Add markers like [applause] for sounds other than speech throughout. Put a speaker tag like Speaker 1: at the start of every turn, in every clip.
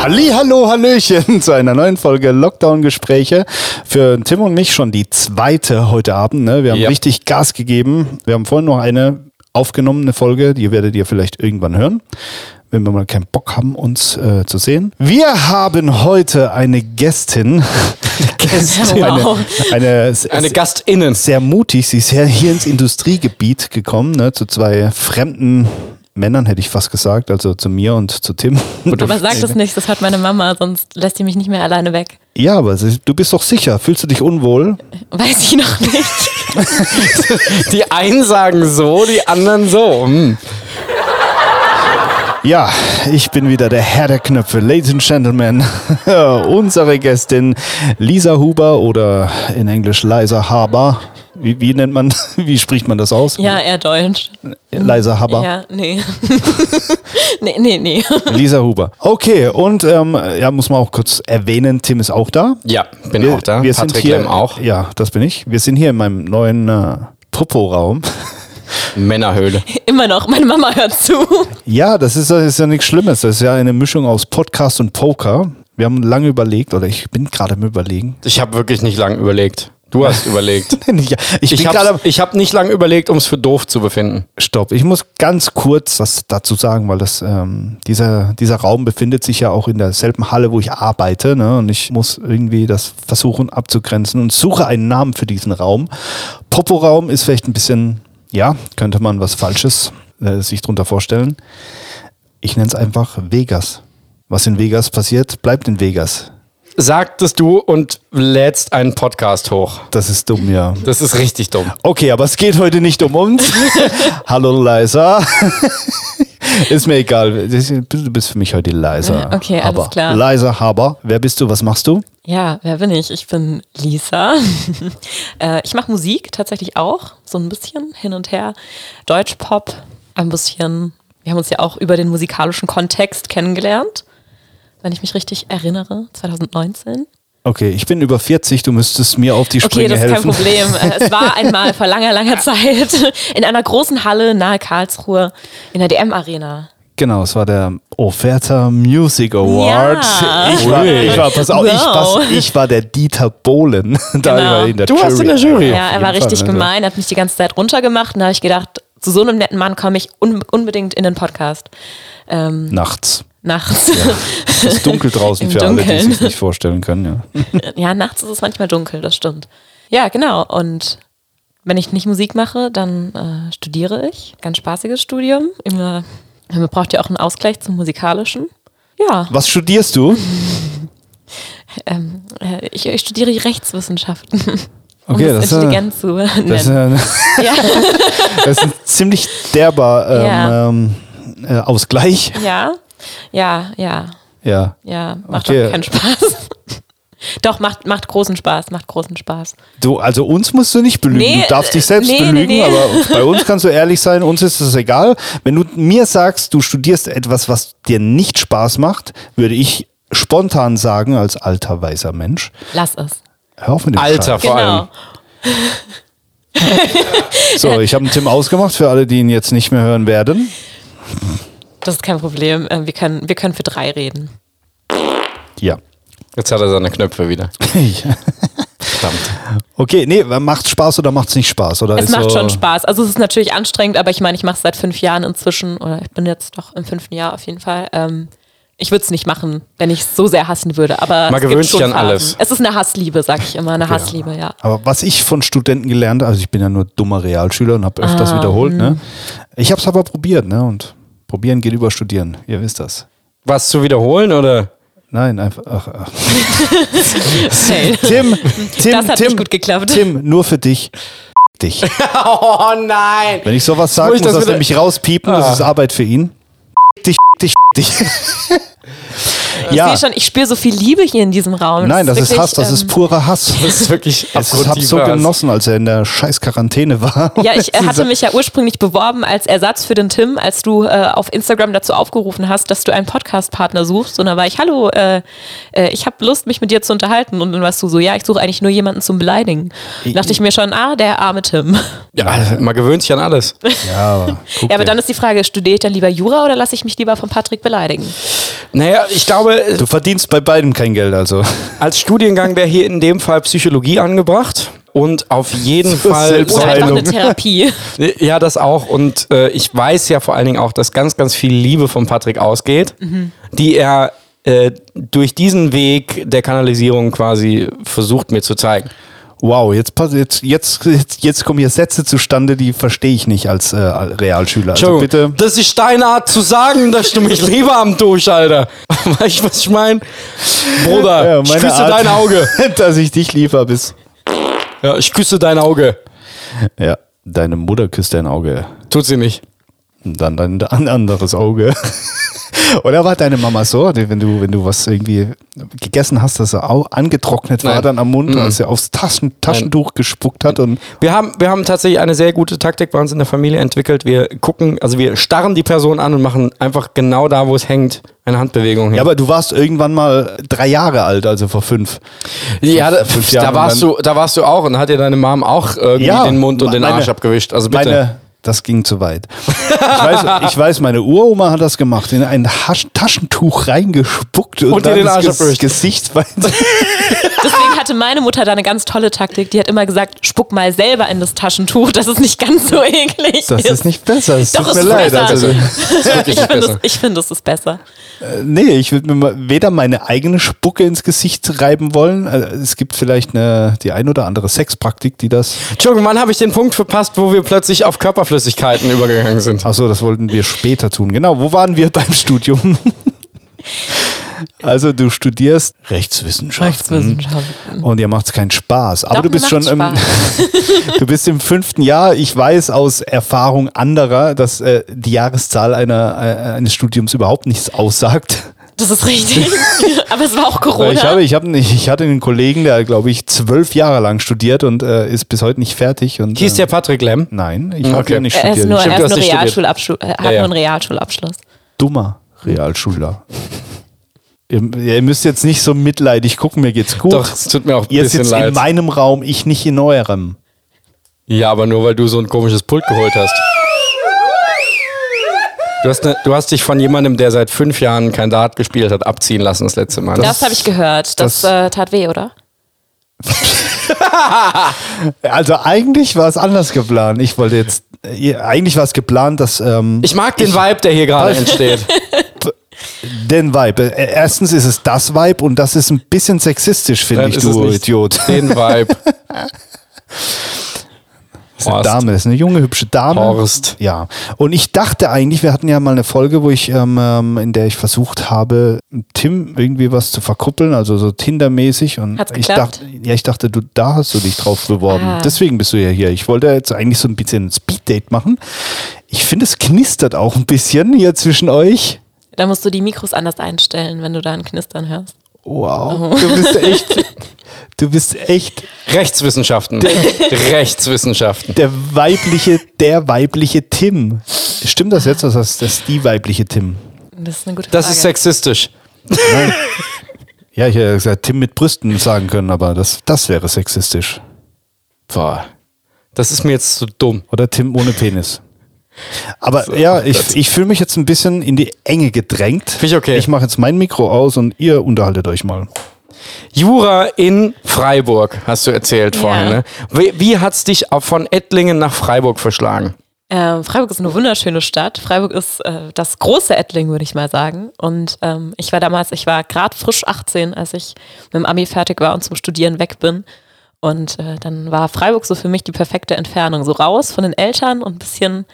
Speaker 1: Halli, hallo, hallöchen [laughs] zu einer neuen Folge Lockdown-Gespräche. Für Tim und mich schon die zweite heute Abend. Ne? Wir haben
Speaker 2: Ja.
Speaker 1: richtig Gas gegeben. Wir haben vorhin noch eine aufgenommene Folge, die werdet ihr vielleicht irgendwann hören, wenn wir mal keinen Bock haben, uns äh, zu sehen. Wir haben heute eine Gästin. Gästin.
Speaker 3: Wow.
Speaker 1: Eine,
Speaker 2: Eine Gastinnen.
Speaker 1: sehr mutig. Sie ist her- hier ins Industriegebiet gekommen, ne, zu zwei fremden Männern, hätte ich fast gesagt. Also zu mir und zu Tim. [laughs]
Speaker 3: Aber sag das nicht, das hört meine Mama, sonst lässt sie mich nicht mehr alleine weg.
Speaker 1: Ja, aber sie- du bist doch sicher. Fühlst du dich unwohl?
Speaker 3: Weiß ich noch nicht.
Speaker 2: Die einen sagen so, die anderen so. Hm.
Speaker 1: Ja, ich bin wieder der Herr der Knöpfe. Ladies and Gentlemen, [laughs] unsere Gästin Lisa Huber oder in Englisch Liza Haber. Wie, wie nennt man, [laughs] wie spricht man das aus?
Speaker 3: Ja, eher Deutsch.
Speaker 1: Liza Haber.
Speaker 3: Ja, nee. [laughs] nee, nee, nee. [laughs]
Speaker 1: Lisa Huber. Okay, und ähm, ja, muss man auch kurz erwähnen, Tim ist auch da.
Speaker 2: Ja, bin auch da.
Speaker 1: Wir
Speaker 2: Patrick
Speaker 1: sind hier,
Speaker 2: Lemm auch.
Speaker 1: Ja, das bin ich. Wir sind hier in meinem neuen äh, Popo-Raum.
Speaker 2: Männerhöhle.
Speaker 3: Immer noch, meine Mama hört zu.
Speaker 1: Ja, das ist, das ist ja nichts Schlimmes. Das ist ja eine Mischung aus Podcast und Poker. Wir haben lange überlegt, oder ich bin gerade am Überlegen. [laughs]
Speaker 2: Ich habe wirklich nicht lang überlegt. Du hast überlegt.
Speaker 1: Ja, ich bin
Speaker 2: Ich
Speaker 1: gerade am.
Speaker 2: habe hab nicht lang überlegt, um es für doof zu befinden.
Speaker 1: Stopp, ich muss ganz kurz was dazu sagen, weil das, ähm, dieser, dieser Raum befindet sich ja auch in derselben Halle, wo ich arbeite. Ne? Und ich muss irgendwie das versuchen abzugrenzen und suche einen Namen für diesen Raum. Popo-Raum ist vielleicht ein bisschen, ja, könnte man was Falsches äh, sich drunter vorstellen. Ich nenne es einfach Vegas. Was in Vegas passiert, bleibt in Vegas.
Speaker 2: Sagtest du und lädst einen Podcast hoch.
Speaker 1: Das ist dumm, ja.
Speaker 2: Das ist richtig dumm.
Speaker 1: Okay, aber es geht heute nicht um
Speaker 3: [laughs]
Speaker 1: uns. Hallo Leiser. [laughs] ist mir egal. Das- Du bist für mich heute Leiser.
Speaker 3: Okay, alles
Speaker 1: Haber.
Speaker 3: klar.
Speaker 1: Leiser Haber. Wer bist du? Was machst du?
Speaker 3: Ja, wer bin ich? Ich bin Lisa. [laughs] äh, ich mache Musik tatsächlich auch, so ein bisschen hin und her. Deutschpop, ein bisschen. Wir haben uns ja auch über den musikalischen Kontext kennengelernt, wenn ich mich richtig erinnere, 2019.
Speaker 1: Okay, ich bin über 40. Du müsstest mir auf die Sprünge
Speaker 3: Okay, das ist kein
Speaker 1: helfen.
Speaker 3: Problem.
Speaker 1: [laughs]
Speaker 3: Äh, Es war einmal vor langer, langer Zeit in einer großen Halle nahe Karlsruhe in der DM-Arena.
Speaker 1: Genau, es war der Offerta Music Award.
Speaker 3: Ja.
Speaker 1: Ich, war,
Speaker 2: Ui.
Speaker 1: ich, war, pass auf, ich,
Speaker 3: Wow.
Speaker 1: pass, ich war der Dieter Bohlen. [laughs] da
Speaker 3: Genau.
Speaker 1: war ich in der
Speaker 2: Du
Speaker 1: Jury.
Speaker 2: warst in der Jury.
Speaker 3: Ja, er war
Speaker 1: jeden Fall,
Speaker 3: richtig
Speaker 1: also.
Speaker 3: gemein, hat mich die ganze Zeit runtergemacht und da habe ich gedacht, zu so einem netten Mann komme ich un unbedingt in den Podcast. Ähm,
Speaker 1: Nachts.
Speaker 3: nachts.
Speaker 1: Es ist dunkel draußen
Speaker 3: Im
Speaker 1: für alle, die
Speaker 3: Dunkeln.
Speaker 1: sich nicht vorstellen können. Ja.
Speaker 3: [laughs] Ja. nachts ist es manchmal dunkel, das stimmt. Ja, genau. Und wenn ich nicht Musik mache, dann äh, studiere ich. Ganz spaßiges Studium. Immer, man braucht ja auch einen Ausgleich zum musikalischen. Ja,
Speaker 1: Was studierst du?
Speaker 3: ähm, äh, ich, ich studiere Rechtswissenschaften. [laughs]
Speaker 1: Okay,
Speaker 3: um
Speaker 1: das
Speaker 3: das
Speaker 1: ist ja-
Speaker 3: intelligent zu nennen.
Speaker 1: Das ist ja
Speaker 3: ja.
Speaker 1: Das ist ein ziemlich derber ähm,
Speaker 3: Ja.
Speaker 1: ähm, äh, Ausgleich.
Speaker 3: ja, ja, ja,
Speaker 1: Ja.
Speaker 3: ja. Macht
Speaker 1: Okay.
Speaker 3: doch keinen Spaß. [laughs] Doch, macht, macht großen Spaß, macht großen Spaß.
Speaker 1: Du, also uns musst du nicht belügen.
Speaker 3: Nee,
Speaker 1: du darfst dich
Speaker 3: äh,
Speaker 1: selbst
Speaker 3: nee, nee,
Speaker 1: belügen,
Speaker 3: nee.
Speaker 1: aber bei uns kannst du ehrlich sein, uns ist es egal. Wenn du mir sagst, du studierst etwas, was dir nicht Spaß macht, würde ich spontan sagen, als alter weiser Mensch,
Speaker 3: Lass es.
Speaker 1: hör auf mit dem
Speaker 2: Alter
Speaker 1: Scheiß.
Speaker 2: vor allem.
Speaker 3: Genau.
Speaker 1: So, ich habe einen Tim ausgemacht für alle, die ihn jetzt nicht mehr hören werden.
Speaker 3: Das ist kein Problem. Äh, Wir können, wir können für drei reden.
Speaker 1: Ja.
Speaker 2: Jetzt hat er seine Knöpfe wieder. Verdammt.
Speaker 1: Okay, nee, macht's Spaß oder macht's nicht Spaß? Oder
Speaker 3: Es
Speaker 1: ist
Speaker 3: macht
Speaker 1: so,
Speaker 3: schon Spaß. Also es ist natürlich anstrengend, aber ich meine, ich mache es seit fünf Jahren inzwischen oder ich bin jetzt doch im fünften Jahr auf jeden Fall. Ähm, ich würde es nicht machen, wenn ich es so sehr hassen würde. Aber
Speaker 2: Man
Speaker 3: es gibt
Speaker 2: gewöhnt sich
Speaker 3: schon
Speaker 2: an
Speaker 3: Phasen.
Speaker 2: alles.
Speaker 3: Es ist eine Hassliebe, sag ich immer, eine Hassliebe, ja.
Speaker 1: Aber was ich von Studenten gelernt habe, also ich bin ja nur dummer Realschüler und habe öfters
Speaker 3: Ah,
Speaker 1: wiederholt,
Speaker 3: hm.
Speaker 1: ne? Ich habe es aber probiert, ne? Und probieren geht über studieren. Ihr wisst das.
Speaker 2: Was zu wiederholen oder?
Speaker 1: Nein, einfach. Ach, ach.
Speaker 3: Hey. [laughs]
Speaker 1: Tim, Tim,
Speaker 3: Das hat
Speaker 1: Tim,
Speaker 3: nicht gut geklappt.
Speaker 1: Tim, nur für dich. Dich.
Speaker 2: Oh nein!
Speaker 1: Wenn ich sowas
Speaker 2: Muss
Speaker 1: sage,
Speaker 2: ich
Speaker 1: muss
Speaker 2: das
Speaker 1: das
Speaker 2: wieder-
Speaker 1: nämlich rauspiepen.
Speaker 3: Ah.
Speaker 1: Das ist Arbeit für ihn. Dich, dich, dich.
Speaker 3: Ich [laughs]
Speaker 1: ja,
Speaker 3: sehe schon, ich spüre so viel Liebe hier in diesem Raum.
Speaker 1: nein, das ist
Speaker 3: wirklich,
Speaker 1: Hass. Das ist
Speaker 3: ähm,
Speaker 1: purer
Speaker 3: [laughs]
Speaker 1: Hass.
Speaker 2: Das ist wirklich
Speaker 1: Es ist, hab's so
Speaker 2: abgrundtiefer Hass.
Speaker 1: genossen, als er in der scheiß Quarantäne war.
Speaker 3: Ja,
Speaker 1: [laughs]
Speaker 3: ich äh, hatte mich ja ursprünglich beworben als Ersatz für den Tim, als du äh, auf Instagram dazu aufgerufen hast, dass du einen Podcast-Partner suchst. Und da war ich, hallo, äh, äh, ich habe Lust, mich mit dir zu unterhalten. Und dann warst du so, ja, ich suche eigentlich nur jemanden zum Beleidigen. Dann dachte ich mir schon, ah, der arme Tim.
Speaker 2: Ja, man gewöhnt sich an alles.
Speaker 1: Ja, aber, guck
Speaker 3: Ja,
Speaker 1: dir.
Speaker 3: aber dann ist die Frage, studiere ich dann lieber Jura oder lasse ich mich lieber von Patrick beleidigen?
Speaker 2: Naja, ich glaube,
Speaker 1: Du verdienst bei beidem kein Geld, also.
Speaker 2: als Studiengang wäre hier in dem Fall Psychologie angebracht. Und auf jeden
Speaker 1: Zur
Speaker 2: Fall
Speaker 3: Oder einfach eine
Speaker 1: Heilung. [laughs]
Speaker 3: Therapie.
Speaker 2: Ja, das auch. Und äh, ich weiß ja vor allen Dingen auch, dass ganz, ganz viel Liebe von Patrick ausgeht, die er äh, durch diesen Weg der Kanalisierung quasi versucht mir zu zeigen.
Speaker 1: Wow, jetzt, pass- jetzt, jetzt, jetzt, jetzt kommen hier Sätze zustande, die verstehe ich nicht als äh, Realschüler. Also
Speaker 2: Entschuldigung,
Speaker 1: bitte.
Speaker 2: Das ist deine Art zu sagen, dass du mich lieber am Dusch, Alter. [laughs] Weißt du, was ich meine? Bruder,
Speaker 1: Ja,
Speaker 2: ich
Speaker 1: meine
Speaker 2: küsse
Speaker 1: Art,
Speaker 2: dein Auge.
Speaker 1: [laughs] dass ich dich lieber bis.
Speaker 2: Ja, ich küsse dein Auge.
Speaker 1: Ja, deine Mutter küsst dein Auge.
Speaker 2: Tut sie nicht.
Speaker 1: Und dann dein [laughs] an- anderes Auge. [laughs] Oder war deine Mama so, die- wenn du, wenn du was irgendwie gegessen hast, dass er auch angetrocknet war
Speaker 2: Nein.
Speaker 1: dann am Mund, als er aufs Taschen, Taschentuch gespuckt hat und
Speaker 2: Wir haben, wir haben tatsächlich eine sehr gute Taktik bei uns in der Familie entwickelt. Wir gucken, also wir starren die Person an und machen einfach genau da, wo es hängt, eine Handbewegung hin.
Speaker 1: Ja, aber du warst irgendwann mal drei Jahre alt, also vor fünf.
Speaker 2: Ja, da,
Speaker 1: fünf
Speaker 2: da
Speaker 1: Jahren
Speaker 2: warst
Speaker 1: und
Speaker 2: du, da warst du auch und hat dir deine Mom auch irgendwie
Speaker 1: Ja,
Speaker 2: den Mund und den
Speaker 1: meine-
Speaker 2: Arsch abgewischt. Also bitte.
Speaker 1: Meine, das ging zu weit. Ich weiß, ich weiß meine Uroma hat das gemacht, in ein Hasch Taschentuch reingespuckt und,
Speaker 2: Und dir
Speaker 1: dann
Speaker 2: den
Speaker 1: das
Speaker 2: Arsch
Speaker 1: Ges-
Speaker 2: abgewischt.
Speaker 1: Gesicht weiter. [laughs]
Speaker 3: Deswegen hatte meine Mutter da eine ganz tolle Taktik. Die hat immer gesagt, spuck mal selber in das Taschentuch, dass es nicht ganz so eklig
Speaker 1: Das ist nicht besser, es
Speaker 3: Doch,
Speaker 1: tut
Speaker 3: es
Speaker 1: mir
Speaker 3: ist
Speaker 1: leid.
Speaker 3: besser. [laughs]
Speaker 1: Also,
Speaker 2: wirklich
Speaker 3: ich
Speaker 2: nicht
Speaker 3: finde,
Speaker 2: besser.
Speaker 3: es- ich finde, es ist besser.
Speaker 1: nee, ich würde mir mal weder meine eigene Spucke ins Gesicht reiben wollen. Also, Es gibt vielleicht eine, die ein oder andere Sexpraktik, die das.
Speaker 2: Entschuldigung, wann habe ich den Punkt verpasst, wo wir plötzlich auf Körperflüssigkeiten übergegangen sind?
Speaker 1: Achso, das wollten wir später tun. Genau, wo waren wir [laughs] beim Studium? Also du studierst Rechtswissenschaften.
Speaker 3: Rechtswissenschaften.
Speaker 1: Und dir macht's keinen Spaß. Aber
Speaker 3: Doch,
Speaker 1: du
Speaker 3: mir
Speaker 1: bist schon
Speaker 3: macht's
Speaker 1: im, [laughs] du bist im fünften Jahr. Ich weiß aus Erfahrung anderer, dass äh, die Jahreszahl einer, äh, eines Studiums überhaupt nichts aussagt.
Speaker 3: Das
Speaker 1: [laughs]
Speaker 3: ist richtig. Aber es war auch Corona.
Speaker 1: Ich, habe, ich, habe, nicht- ich hatte einen Kollegen, der, glaube ich, zwölf Jahre lang studiert und äh, ist bis heute nicht fertig. Und,
Speaker 2: Hieß
Speaker 1: äh,
Speaker 2: der Patrick Lem?
Speaker 1: Nein, ich habe
Speaker 2: Okay.
Speaker 1: ja nicht
Speaker 3: er ist
Speaker 1: studiert.
Speaker 3: Äh, nur,
Speaker 1: ich bin
Speaker 3: er
Speaker 2: du hast
Speaker 3: ist nur
Speaker 2: nicht studiert.
Speaker 3: Realschulabschluss, äh, hat
Speaker 2: Ja, ja.
Speaker 3: nur einen Realschulabschluss.
Speaker 1: dummer Realschüler. ihr, ihr müsst jetzt nicht so mitleidig gucken, mir geht's gut.
Speaker 2: Doch, es tut mir auch ein
Speaker 1: Ihr
Speaker 2: bisschen
Speaker 1: sitzt
Speaker 2: leid.
Speaker 1: in meinem Raum, ich nicht in eurem.
Speaker 2: Ja, aber nur weil du so ein komisches Pult geholt hast. Du hast, ne, du hast dich von jemandem, der seit fünf Jahren kein Dart gespielt hat, abziehen lassen das letzte Mal.
Speaker 3: Das, habe ich gehört. Das, äh, tat weh, oder?
Speaker 1: Also eigentlich war es anders geplant. Ich wollte jetzt, äh, eigentlich war es geplant, dass ähm,
Speaker 2: ich mag den Vibe, der hier gerade entsteht.
Speaker 1: den Vibe. Äh, erstens ist es das Vibe und das ist ein bisschen sexistisch, finde
Speaker 2: Nein,
Speaker 1: ich,
Speaker 2: ist es
Speaker 1: du
Speaker 2: nicht.
Speaker 1: Idiot.
Speaker 2: Den Vibe.
Speaker 1: Ist eine Dame, ist eine junge, hübsche Dame.
Speaker 2: Horst.
Speaker 1: Ja. Und ich dachte eigentlich, wir hatten ja mal eine Folge, wo ich, ähm, ähm, in der ich versucht habe, Tim irgendwie was zu verkuppeln, also so Tinder-mäßig. Und
Speaker 3: Hat's
Speaker 1: ich
Speaker 3: geklappt?
Speaker 1: dachte, ja, ich dachte, du, da hast du dich drauf beworben.
Speaker 3: Ah.
Speaker 1: Deswegen bist du ja hier. Ich wollte jetzt eigentlich so ein bisschen ein Speed-Date machen. Ich finde, es knistert auch ein bisschen hier zwischen euch.
Speaker 3: Da musst du die Mikros anders einstellen, wenn du da ein Knistern hörst.
Speaker 1: Wow.
Speaker 3: Oh.
Speaker 1: Du bist echt, du bist echt
Speaker 2: Rechtswissenschaften. Rechtswissenschaften.
Speaker 1: der weibliche, der weibliche Tim. Stimmt das jetzt, dass das, das die weibliche Tim?
Speaker 3: Das ist eine gute Frage.
Speaker 2: Das ist sexistisch.
Speaker 1: Ja, ich hätte gesagt, Tim mit Brüsten sagen können, aber das, das wäre sexistisch.
Speaker 2: Boah. Das ist mir jetzt zu dumm.
Speaker 1: Oder Tim ohne Penis. Aber ja, ich, ich fühle mich jetzt ein bisschen in die Enge gedrängt.
Speaker 2: ich okay.
Speaker 1: Ich mache jetzt mein Mikro aus und ihr unterhaltet euch mal.
Speaker 2: Jura in Freiburg, hast du erzählt
Speaker 3: Ja.
Speaker 2: vorhin. Ne? Wie, wie hat's dich auch von Ettlingen nach Freiburg verschlagen?
Speaker 3: Ähm, Freiburg ist eine wunderschöne Stadt. Freiburg ist äh, das große Ettling, würde ich mal sagen. Und ähm, ich war damals, ich war gerade frisch 18, als ich mit dem Abi fertig war und zum Studieren weg bin. Und äh, dann war Freiburg so für mich die perfekte Entfernung. So raus von den Eltern und ein bisschen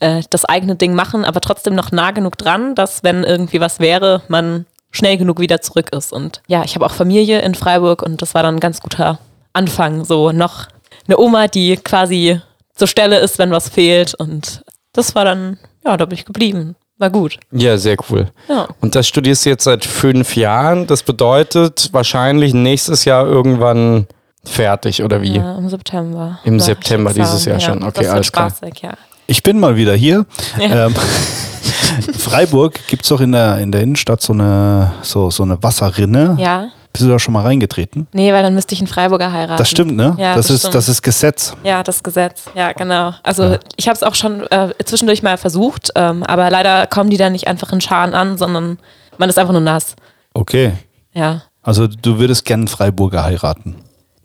Speaker 3: äh, das eigene Ding machen, aber trotzdem noch nah genug dran, dass wenn irgendwie was wäre, man schnell genug wieder zurück ist. Und ja, ich habe auch Familie in Freiburg und das war dann ein ganz guter Anfang. So noch eine Oma, die quasi zur Stelle ist, wenn was fehlt. Und das war dann, ja, da bin ich geblieben. War gut.
Speaker 2: Ja, sehr cool.
Speaker 3: Ja.
Speaker 2: Und das studierst du jetzt seit fünf Jahren. Das bedeutet wahrscheinlich nächstes Jahr irgendwann fertig, oder wie?
Speaker 3: Ja, Im September.
Speaker 2: Im
Speaker 3: war ich
Speaker 2: September dieses
Speaker 3: examen.
Speaker 2: Jahr schon. Okay,
Speaker 3: das wird
Speaker 2: alles klar.
Speaker 3: Spaßig, ja.
Speaker 1: Ich bin mal wieder hier. Ähm,
Speaker 2: [laughs]
Speaker 1: Freiburg gibt's doch in der, in der Innenstadt so eine, so, so eine Wasserrinne.
Speaker 3: ja.
Speaker 1: Bist du da schon mal reingetreten?
Speaker 3: Nee, weil dann müsste ich einen Freiburger heiraten.
Speaker 1: Das stimmt, ne?
Speaker 3: Ja,
Speaker 1: das,
Speaker 3: das
Speaker 1: ist,
Speaker 3: stimmt.
Speaker 1: das ist Gesetz.
Speaker 3: Ja, das Gesetz. Ja, genau. Also ich habe es auch schon äh, zwischendurch mal versucht, ähm, aber leider kommen die dann nicht einfach in Scharen an, sondern Man ist einfach nur nass.
Speaker 1: Okay.
Speaker 3: Ja.
Speaker 1: Also du würdest gern einen Freiburger heiraten.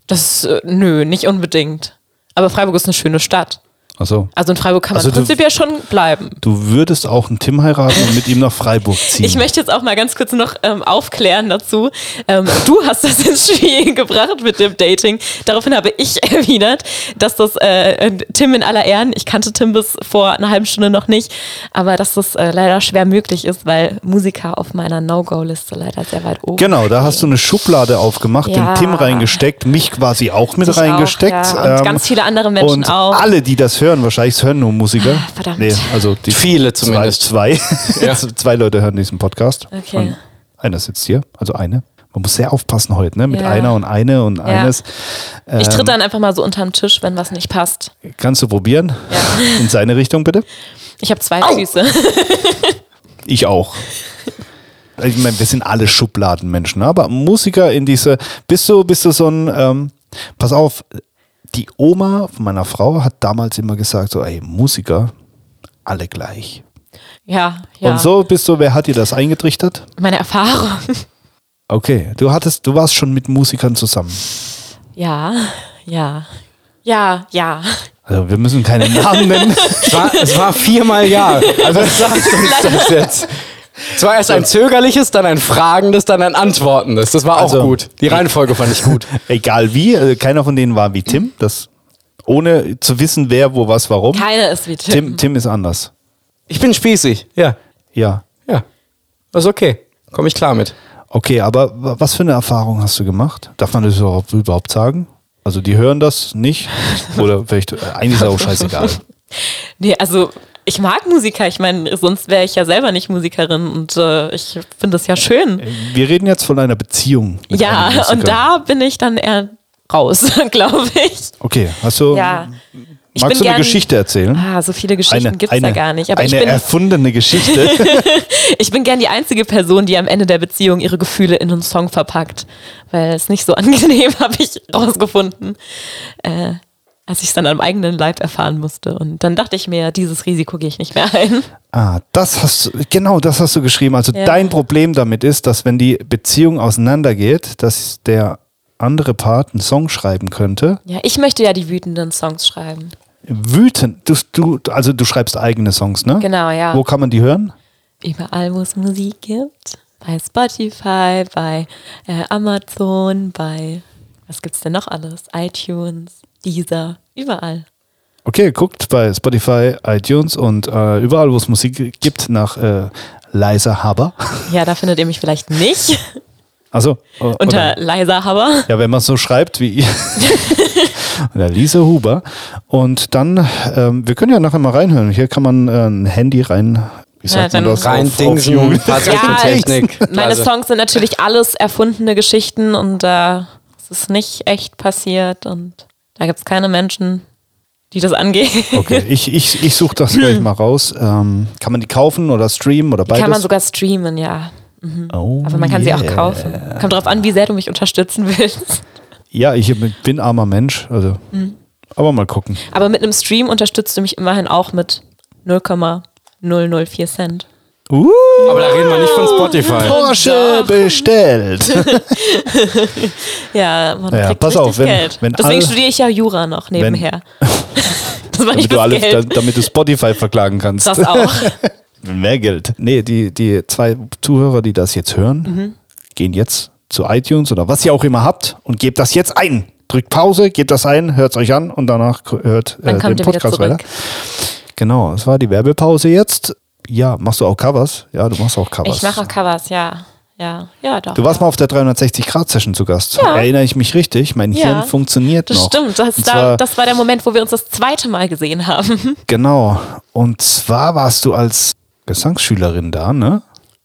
Speaker 3: Das, äh, nö, nicht unbedingt. Aber Freiburg ist eine schöne Stadt.
Speaker 1: Also
Speaker 3: Also in Freiburg kann man
Speaker 1: Also du-
Speaker 3: prinzipiell schon bleiben.
Speaker 1: du würdest auch einen Tim heiraten und mit ihm nach Freiburg ziehen.
Speaker 3: Ich möchte jetzt auch mal ganz kurz noch ähm, aufklären dazu. Ähm, du hast das ins Spiel [laughs] gebracht mit dem Dating. Daraufhin habe ich [laughs] erwidert, dass das äh, Tim in aller Ehren, ich kannte Tim bis vor einer halben Stunde noch nicht, aber dass das äh, leider schwer möglich ist, weil Musiker auf meiner No-Go-Liste leider sehr weit oben.
Speaker 1: Genau, da hast du eine Schublade aufgemacht,
Speaker 3: Ja.
Speaker 1: den Tim reingesteckt, mich quasi auch mit
Speaker 3: Dich auch,
Speaker 1: reingesteckt. ähm,
Speaker 3: ja, und ganz viele andere Menschen
Speaker 1: und
Speaker 3: auch. Ah,
Speaker 1: Alle, die das hören, wahrscheinlich es hören nur Musiker.
Speaker 3: verdammt.
Speaker 1: also die
Speaker 2: [laughs] Viele zumindest.
Speaker 1: Zwei, zwei. [laughs]
Speaker 2: Ja.
Speaker 1: zwei Leute hören diesen Podcast.
Speaker 3: Okay.
Speaker 1: Und einer sitzt hier, also eine. Man muss sehr aufpassen heute, ne? Mit
Speaker 3: Ja.
Speaker 1: einer und eine und eines.
Speaker 3: Ich
Speaker 1: ähm,
Speaker 3: tritt dann einfach mal so unterm Tisch, wenn was nicht passt.
Speaker 1: Kannst du probieren?
Speaker 3: Ja.
Speaker 1: In seine Richtung bitte.
Speaker 3: Ich habe zwei Füße. [laughs]
Speaker 1: Ich auch. Ich meine, wir sind alle Schubladenmenschen, ne? aber Musiker in diese. Bist du, bist du so ein. Ähm, pass auf, die Oma von meiner Frau hat damals immer gesagt: so, ey, Musiker, alle gleich.
Speaker 3: Ja, ja.
Speaker 1: Und so bist du, wer hat dir das eingetrichtert?
Speaker 3: Meine Erfahrung. [laughs]
Speaker 1: Okay, du hattest, du warst schon mit Musikern zusammen.
Speaker 3: Ja, ja. Ja, ja.
Speaker 1: Also wir müssen
Speaker 3: [laughs]
Speaker 1: keine Namen nennen.
Speaker 2: Es war, es war viermal ja. Also was sagst du uns das jetzt? Es war erst ein zögerliches, dann ein fragendes, dann ein antwortendes. Das war auch
Speaker 1: Also-
Speaker 2: gut. Die Reihenfolge fand ich gut.
Speaker 1: Egal wie, also keiner von denen war wie Tim, das ohne zu wissen, wer, wo, was, warum.
Speaker 3: Keiner ist wie Tim.
Speaker 1: Tim, Tim ist anders.
Speaker 2: Ich bin spießig. Ja.
Speaker 1: Ja.
Speaker 2: Ja. Das ist okay. Komme ich klar mit.
Speaker 1: Okay, aber wa- was für eine Erfahrung hast du gemacht? Darf man das überhaupt, überhaupt sagen? Also die hören das
Speaker 3: [laughs]
Speaker 1: nicht? Oder vielleicht, äh, eigentlich ist es auch scheißegal.
Speaker 3: Nee, also ich mag Musiker. Ich meine, sonst wäre ich ja selber nicht Musikerin und äh, ich finde das ja schön.
Speaker 1: Wir reden jetzt von einer Beziehung. mit einem
Speaker 3: Ja,
Speaker 1: Musiker.
Speaker 3: und da bin ich dann eher raus, [laughs] glaube ich.
Speaker 1: Okay, hast du,
Speaker 3: Ja. Ich
Speaker 1: Ähm,
Speaker 3: bin
Speaker 1: magst du eine
Speaker 3: gern-
Speaker 1: Geschichte erzählen?
Speaker 3: Ah, so viele Geschichten gibt es ja gar nicht. Aber
Speaker 1: eine
Speaker 3: ich bin,
Speaker 1: erfundene
Speaker 3: [laughs]
Speaker 1: Geschichte.
Speaker 3: ich bin gern die einzige Person, die am Ende der Beziehung ihre Gefühle in einen Song verpackt. Weil es nicht so [laughs] angenehm, habe ich rausgefunden. Äh, als ich es dann am eigenen Leib erfahren musste. Und dann dachte ich mir, dieses Risiko gehe ich nicht mehr ein.
Speaker 1: ah, das hast du, genau das hast du geschrieben. Also
Speaker 3: Ja.
Speaker 1: dein Problem damit ist, dass wenn die Beziehung auseinandergeht, dass der andere Part einen Song schreiben könnte,
Speaker 3: Ja, ich möchte ja die wütenden Songs schreiben.
Speaker 1: wütend. Du, du, also du schreibst eigene Songs, ne?
Speaker 3: Genau, ja.
Speaker 1: Wo kann man die hören?
Speaker 3: überall, wo es Musik gibt. Bei Spotify, bei äh, Amazon, bei was gibt's denn noch alles? iTunes, Deezer, überall.
Speaker 1: Okay, guckt bei Spotify, iTunes und äh, überall, wo es Musik gibt, nach äh, Leiser Haber. [laughs]
Speaker 3: Ja, da findet ihr mich vielleicht [laughs] nicht
Speaker 1: Also äh,
Speaker 3: unter
Speaker 1: oder-
Speaker 3: leiser Haber.
Speaker 1: ja, wenn man es so schreibt wie
Speaker 3: [laughs]
Speaker 1: ihr. Oder Lise Huber. Und dann, ähm, wir können ja nachher mal reinhören. Hier kann man äh, ein Handy rein. Wie sagt
Speaker 3: dann-
Speaker 1: man das?
Speaker 2: Rein
Speaker 1: Auf-
Speaker 2: Dingsen,
Speaker 1: aufjubeln.
Speaker 2: Patrick
Speaker 3: Ja,
Speaker 2: und Technik.
Speaker 3: Meine
Speaker 2: Klasse.
Speaker 3: Songs sind natürlich alles erfundene Geschichten und da es ist nicht echt passiert und da gibt's keine Menschen, die das angehen.
Speaker 1: Okay, ich, ich, ich suche das
Speaker 3: [laughs]
Speaker 1: gleich mal raus. Ähm, kann man die kaufen oder streamen oder beides?
Speaker 3: Kann man sogar streamen, ja.
Speaker 1: oh,
Speaker 3: Aber man kann sie
Speaker 1: yeah.
Speaker 3: auch kaufen. Kommt drauf an, wie sehr du mich unterstützen willst.
Speaker 1: Ja, ich bin armer Mensch, also.
Speaker 3: Mhm.
Speaker 1: Aber mal gucken.
Speaker 3: Aber mit einem Stream unterstützt du mich immerhin auch mit 0,004 Cent.
Speaker 1: Uh,
Speaker 2: Aber da reden wir nicht von Spotify.
Speaker 1: Porsche
Speaker 3: [laughs]
Speaker 1: bestellt.
Speaker 3: Ja, man
Speaker 1: Ja,
Speaker 3: kriegt
Speaker 1: pass
Speaker 3: richtig
Speaker 1: auf, wenn-
Speaker 3: Geld.
Speaker 1: wenn alle-
Speaker 3: Deswegen studiere ich ja Jura
Speaker 1: [laughs]
Speaker 3: noch nebenher. das mache ich
Speaker 1: damit, du
Speaker 3: bis
Speaker 1: alles, da-
Speaker 3: Geld.
Speaker 1: damit du Spotify verklagen kannst.
Speaker 3: Das auch.
Speaker 1: [laughs] Mehr Geld. Nee, die, die zwei Zuhörer, die das jetzt hören,
Speaker 3: Mhm.
Speaker 1: gehen jetzt zu iTunes oder was ihr auch immer habt und gebt das jetzt ein. Drückt Pause, gebt das ein, hört es euch an und danach k- hört äh,
Speaker 3: Dann
Speaker 1: den
Speaker 3: kommt ihr wieder
Speaker 1: Podcast weiter.
Speaker 3: zurück.
Speaker 1: Genau, es war die Werbepause jetzt. Ja, machst du auch Covers? Ja, du machst auch Covers.
Speaker 3: Ich mache auch Covers, ja. Ja, ja, doch.
Speaker 1: Du warst mal auf der 360-Grad-Session zu Gast.
Speaker 3: Ja.
Speaker 1: Erinnere ich mich richtig? Mein
Speaker 3: Ja.
Speaker 1: Hirn funktioniert
Speaker 3: das
Speaker 1: noch.
Speaker 3: stimmt, das,
Speaker 1: Und
Speaker 3: da,
Speaker 1: zwar,
Speaker 3: das war der Moment, wo wir uns das zweite Mal gesehen haben. [laughs]
Speaker 1: Genau. Und zwar warst du als Gesangsschülerin da, ne?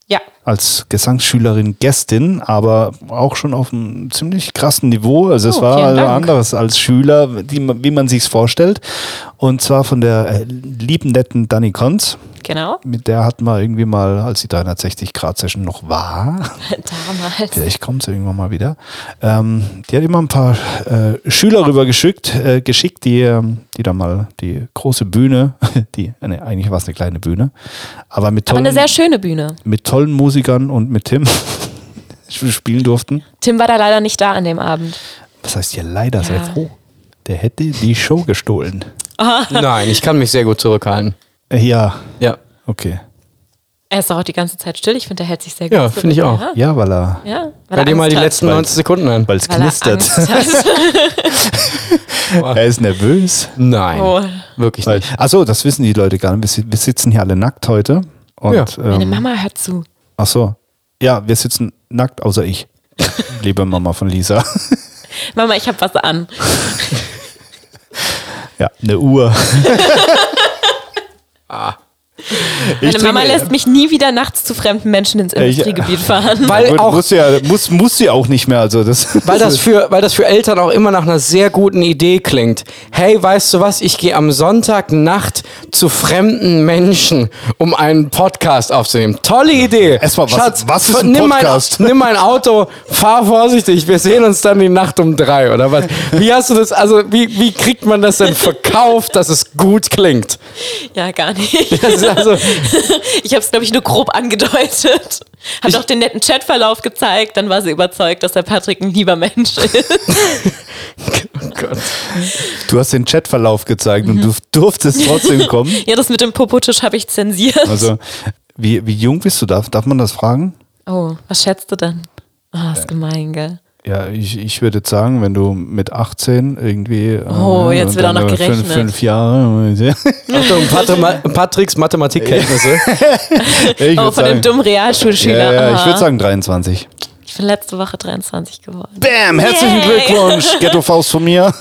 Speaker 3: ja,
Speaker 1: Als Gesangsschülerin Gästin, aber auch schon auf einem ziemlich krassen Niveau. Also es
Speaker 3: Oh,
Speaker 1: war
Speaker 3: vielen
Speaker 1: also
Speaker 3: Dank.
Speaker 1: anderes als Schüler, die, man- wie man sich's vorstellt. Und zwar von der äh, lieben netten Dani Konz.
Speaker 3: Genau. [laughs]
Speaker 1: Mit der hatten wir irgendwie mal, als die 360-Grad-Session noch war,
Speaker 3: Damals.
Speaker 1: vielleicht kommt sie irgendwann mal wieder, ähm, die hat immer ein paar äh, Schüler rüber geschickt, äh, geschickt die, ähm, die dann mal die große Bühne, [laughs] die, äh, nee, eigentlich war es eine kleine Bühne, aber mit
Speaker 3: Aber
Speaker 1: tollen,
Speaker 3: eine sehr schöne Bühne.
Speaker 1: mit tollen Musikern und mit Tim [laughs] spielen durften.
Speaker 3: Tim war da leider nicht da an dem Abend.
Speaker 1: Was heißt hier leider sehr
Speaker 3: Ja.
Speaker 1: froh? Der hätte die Show gestohlen.
Speaker 2: [laughs] Nein, ich kann mich sehr gut zurückhalten.
Speaker 1: Äh, Ja,
Speaker 2: Ja.
Speaker 1: okay.
Speaker 3: Ah. Er ist doch auch die ganze Zeit still. Ich finde, er hält sich sehr gut.
Speaker 2: Ja,
Speaker 3: zurück.
Speaker 2: finde ich auch.
Speaker 3: Ja,
Speaker 1: Ja, weil er,
Speaker 3: ja weil
Speaker 2: Hör
Speaker 3: er
Speaker 2: dir mal
Speaker 3: Angst
Speaker 2: die
Speaker 3: hat.
Speaker 2: letzten 90 Sekunden an.
Speaker 1: weil es
Speaker 3: Weil er
Speaker 1: knistert.
Speaker 3: Angst
Speaker 1: [laughs]
Speaker 3: hat.
Speaker 1: Er ist
Speaker 3: [laughs]
Speaker 1: nervös.
Speaker 2: Nein,
Speaker 3: Oh.
Speaker 2: wirklich
Speaker 1: Weil,
Speaker 2: nicht.
Speaker 1: achso, das wissen die Leute gar nicht. Wir, si- wir sitzen hier alle nackt heute. Und,
Speaker 2: Ja.
Speaker 3: Meine
Speaker 1: ähm,
Speaker 3: Mama hört zu.
Speaker 1: achso. Ja, wir sitzen nackt, außer [laughs] ich. Liebe Mama von [laughs] Lisa.
Speaker 3: Mama, ich habe was an.
Speaker 1: Ja, eine Uhr.
Speaker 3: Meine Mama lässt mich nie wieder nachts zu fremden Menschen ins
Speaker 1: Ich- [laughs]
Speaker 3: Industriegebiet fahren.
Speaker 2: Weil
Speaker 1: Gut,
Speaker 2: auch
Speaker 1: muss, ja, muss, muss sie auch nicht mehr. Also
Speaker 3: [laughs]
Speaker 1: das,
Speaker 2: Weil das, für, weil das für Eltern auch immer nach einer sehr guten Idee klingt. Hey, weißt du was? Ich gehe am Sonntagnacht zu fremden Menschen, um einen Podcast aufzunehmen. Tolle Idee.
Speaker 1: Erstmal, was- was ist ein
Speaker 2: nimm
Speaker 1: Podcast?
Speaker 2: Mein, nimm mein Auto, fahr vorsichtig. Wir sehen uns dann die Nacht um drei, oder was? Wie hast du das, also wie, wie kriegt man das denn verkauft, dass es gut klingt?
Speaker 3: Ja,
Speaker 1: [laughs]
Speaker 3: gar nicht.
Speaker 2: Das ist also,
Speaker 3: Ich habe es, glaube ich, nur grob angedeutet. Habe
Speaker 2: Ich-
Speaker 3: auch den netten Chatverlauf gezeigt. Dann war sie überzeugt, dass der Patrick ein lieber Mensch ist.
Speaker 2: oh Gott.
Speaker 1: [laughs] du hast den Chatverlauf gezeigt und du
Speaker 3: Mhm.
Speaker 1: durftest
Speaker 3: [laughs]
Speaker 1: trotzdem kommen.
Speaker 3: Ja, das mit dem Popotisch habe ich zensiert.
Speaker 1: Also, wie, wie jung bist du? Darf, darf man das fragen?
Speaker 3: Oh, was schätzt du denn? Ah, ist gemein, gell?
Speaker 1: Ja, ich, ich würde jetzt sagen, wenn du mit 18 irgendwie.
Speaker 3: Oh,
Speaker 1: äh,
Speaker 3: jetzt
Speaker 1: und
Speaker 3: wird
Speaker 1: dann
Speaker 3: auch noch
Speaker 1: über Fünf,
Speaker 3: gerechnet.
Speaker 1: fünf Jahre. [laughs] ich
Speaker 2: Achtung, Patrima- [laughs] Patricks Mathematikkenntnisse.
Speaker 1: würd
Speaker 3: Oh, von
Speaker 1: sagen,
Speaker 3: dem dummen
Speaker 1: ja,
Speaker 3: Realschulschüler.
Speaker 1: ja, ich
Speaker 3: Aha.
Speaker 1: würde sagen 23.
Speaker 3: ich bin letzte Woche 23 geworden.
Speaker 1: Bam, herzlichen
Speaker 3: Yay.
Speaker 1: Glückwunsch, Ghetto Faust von mir.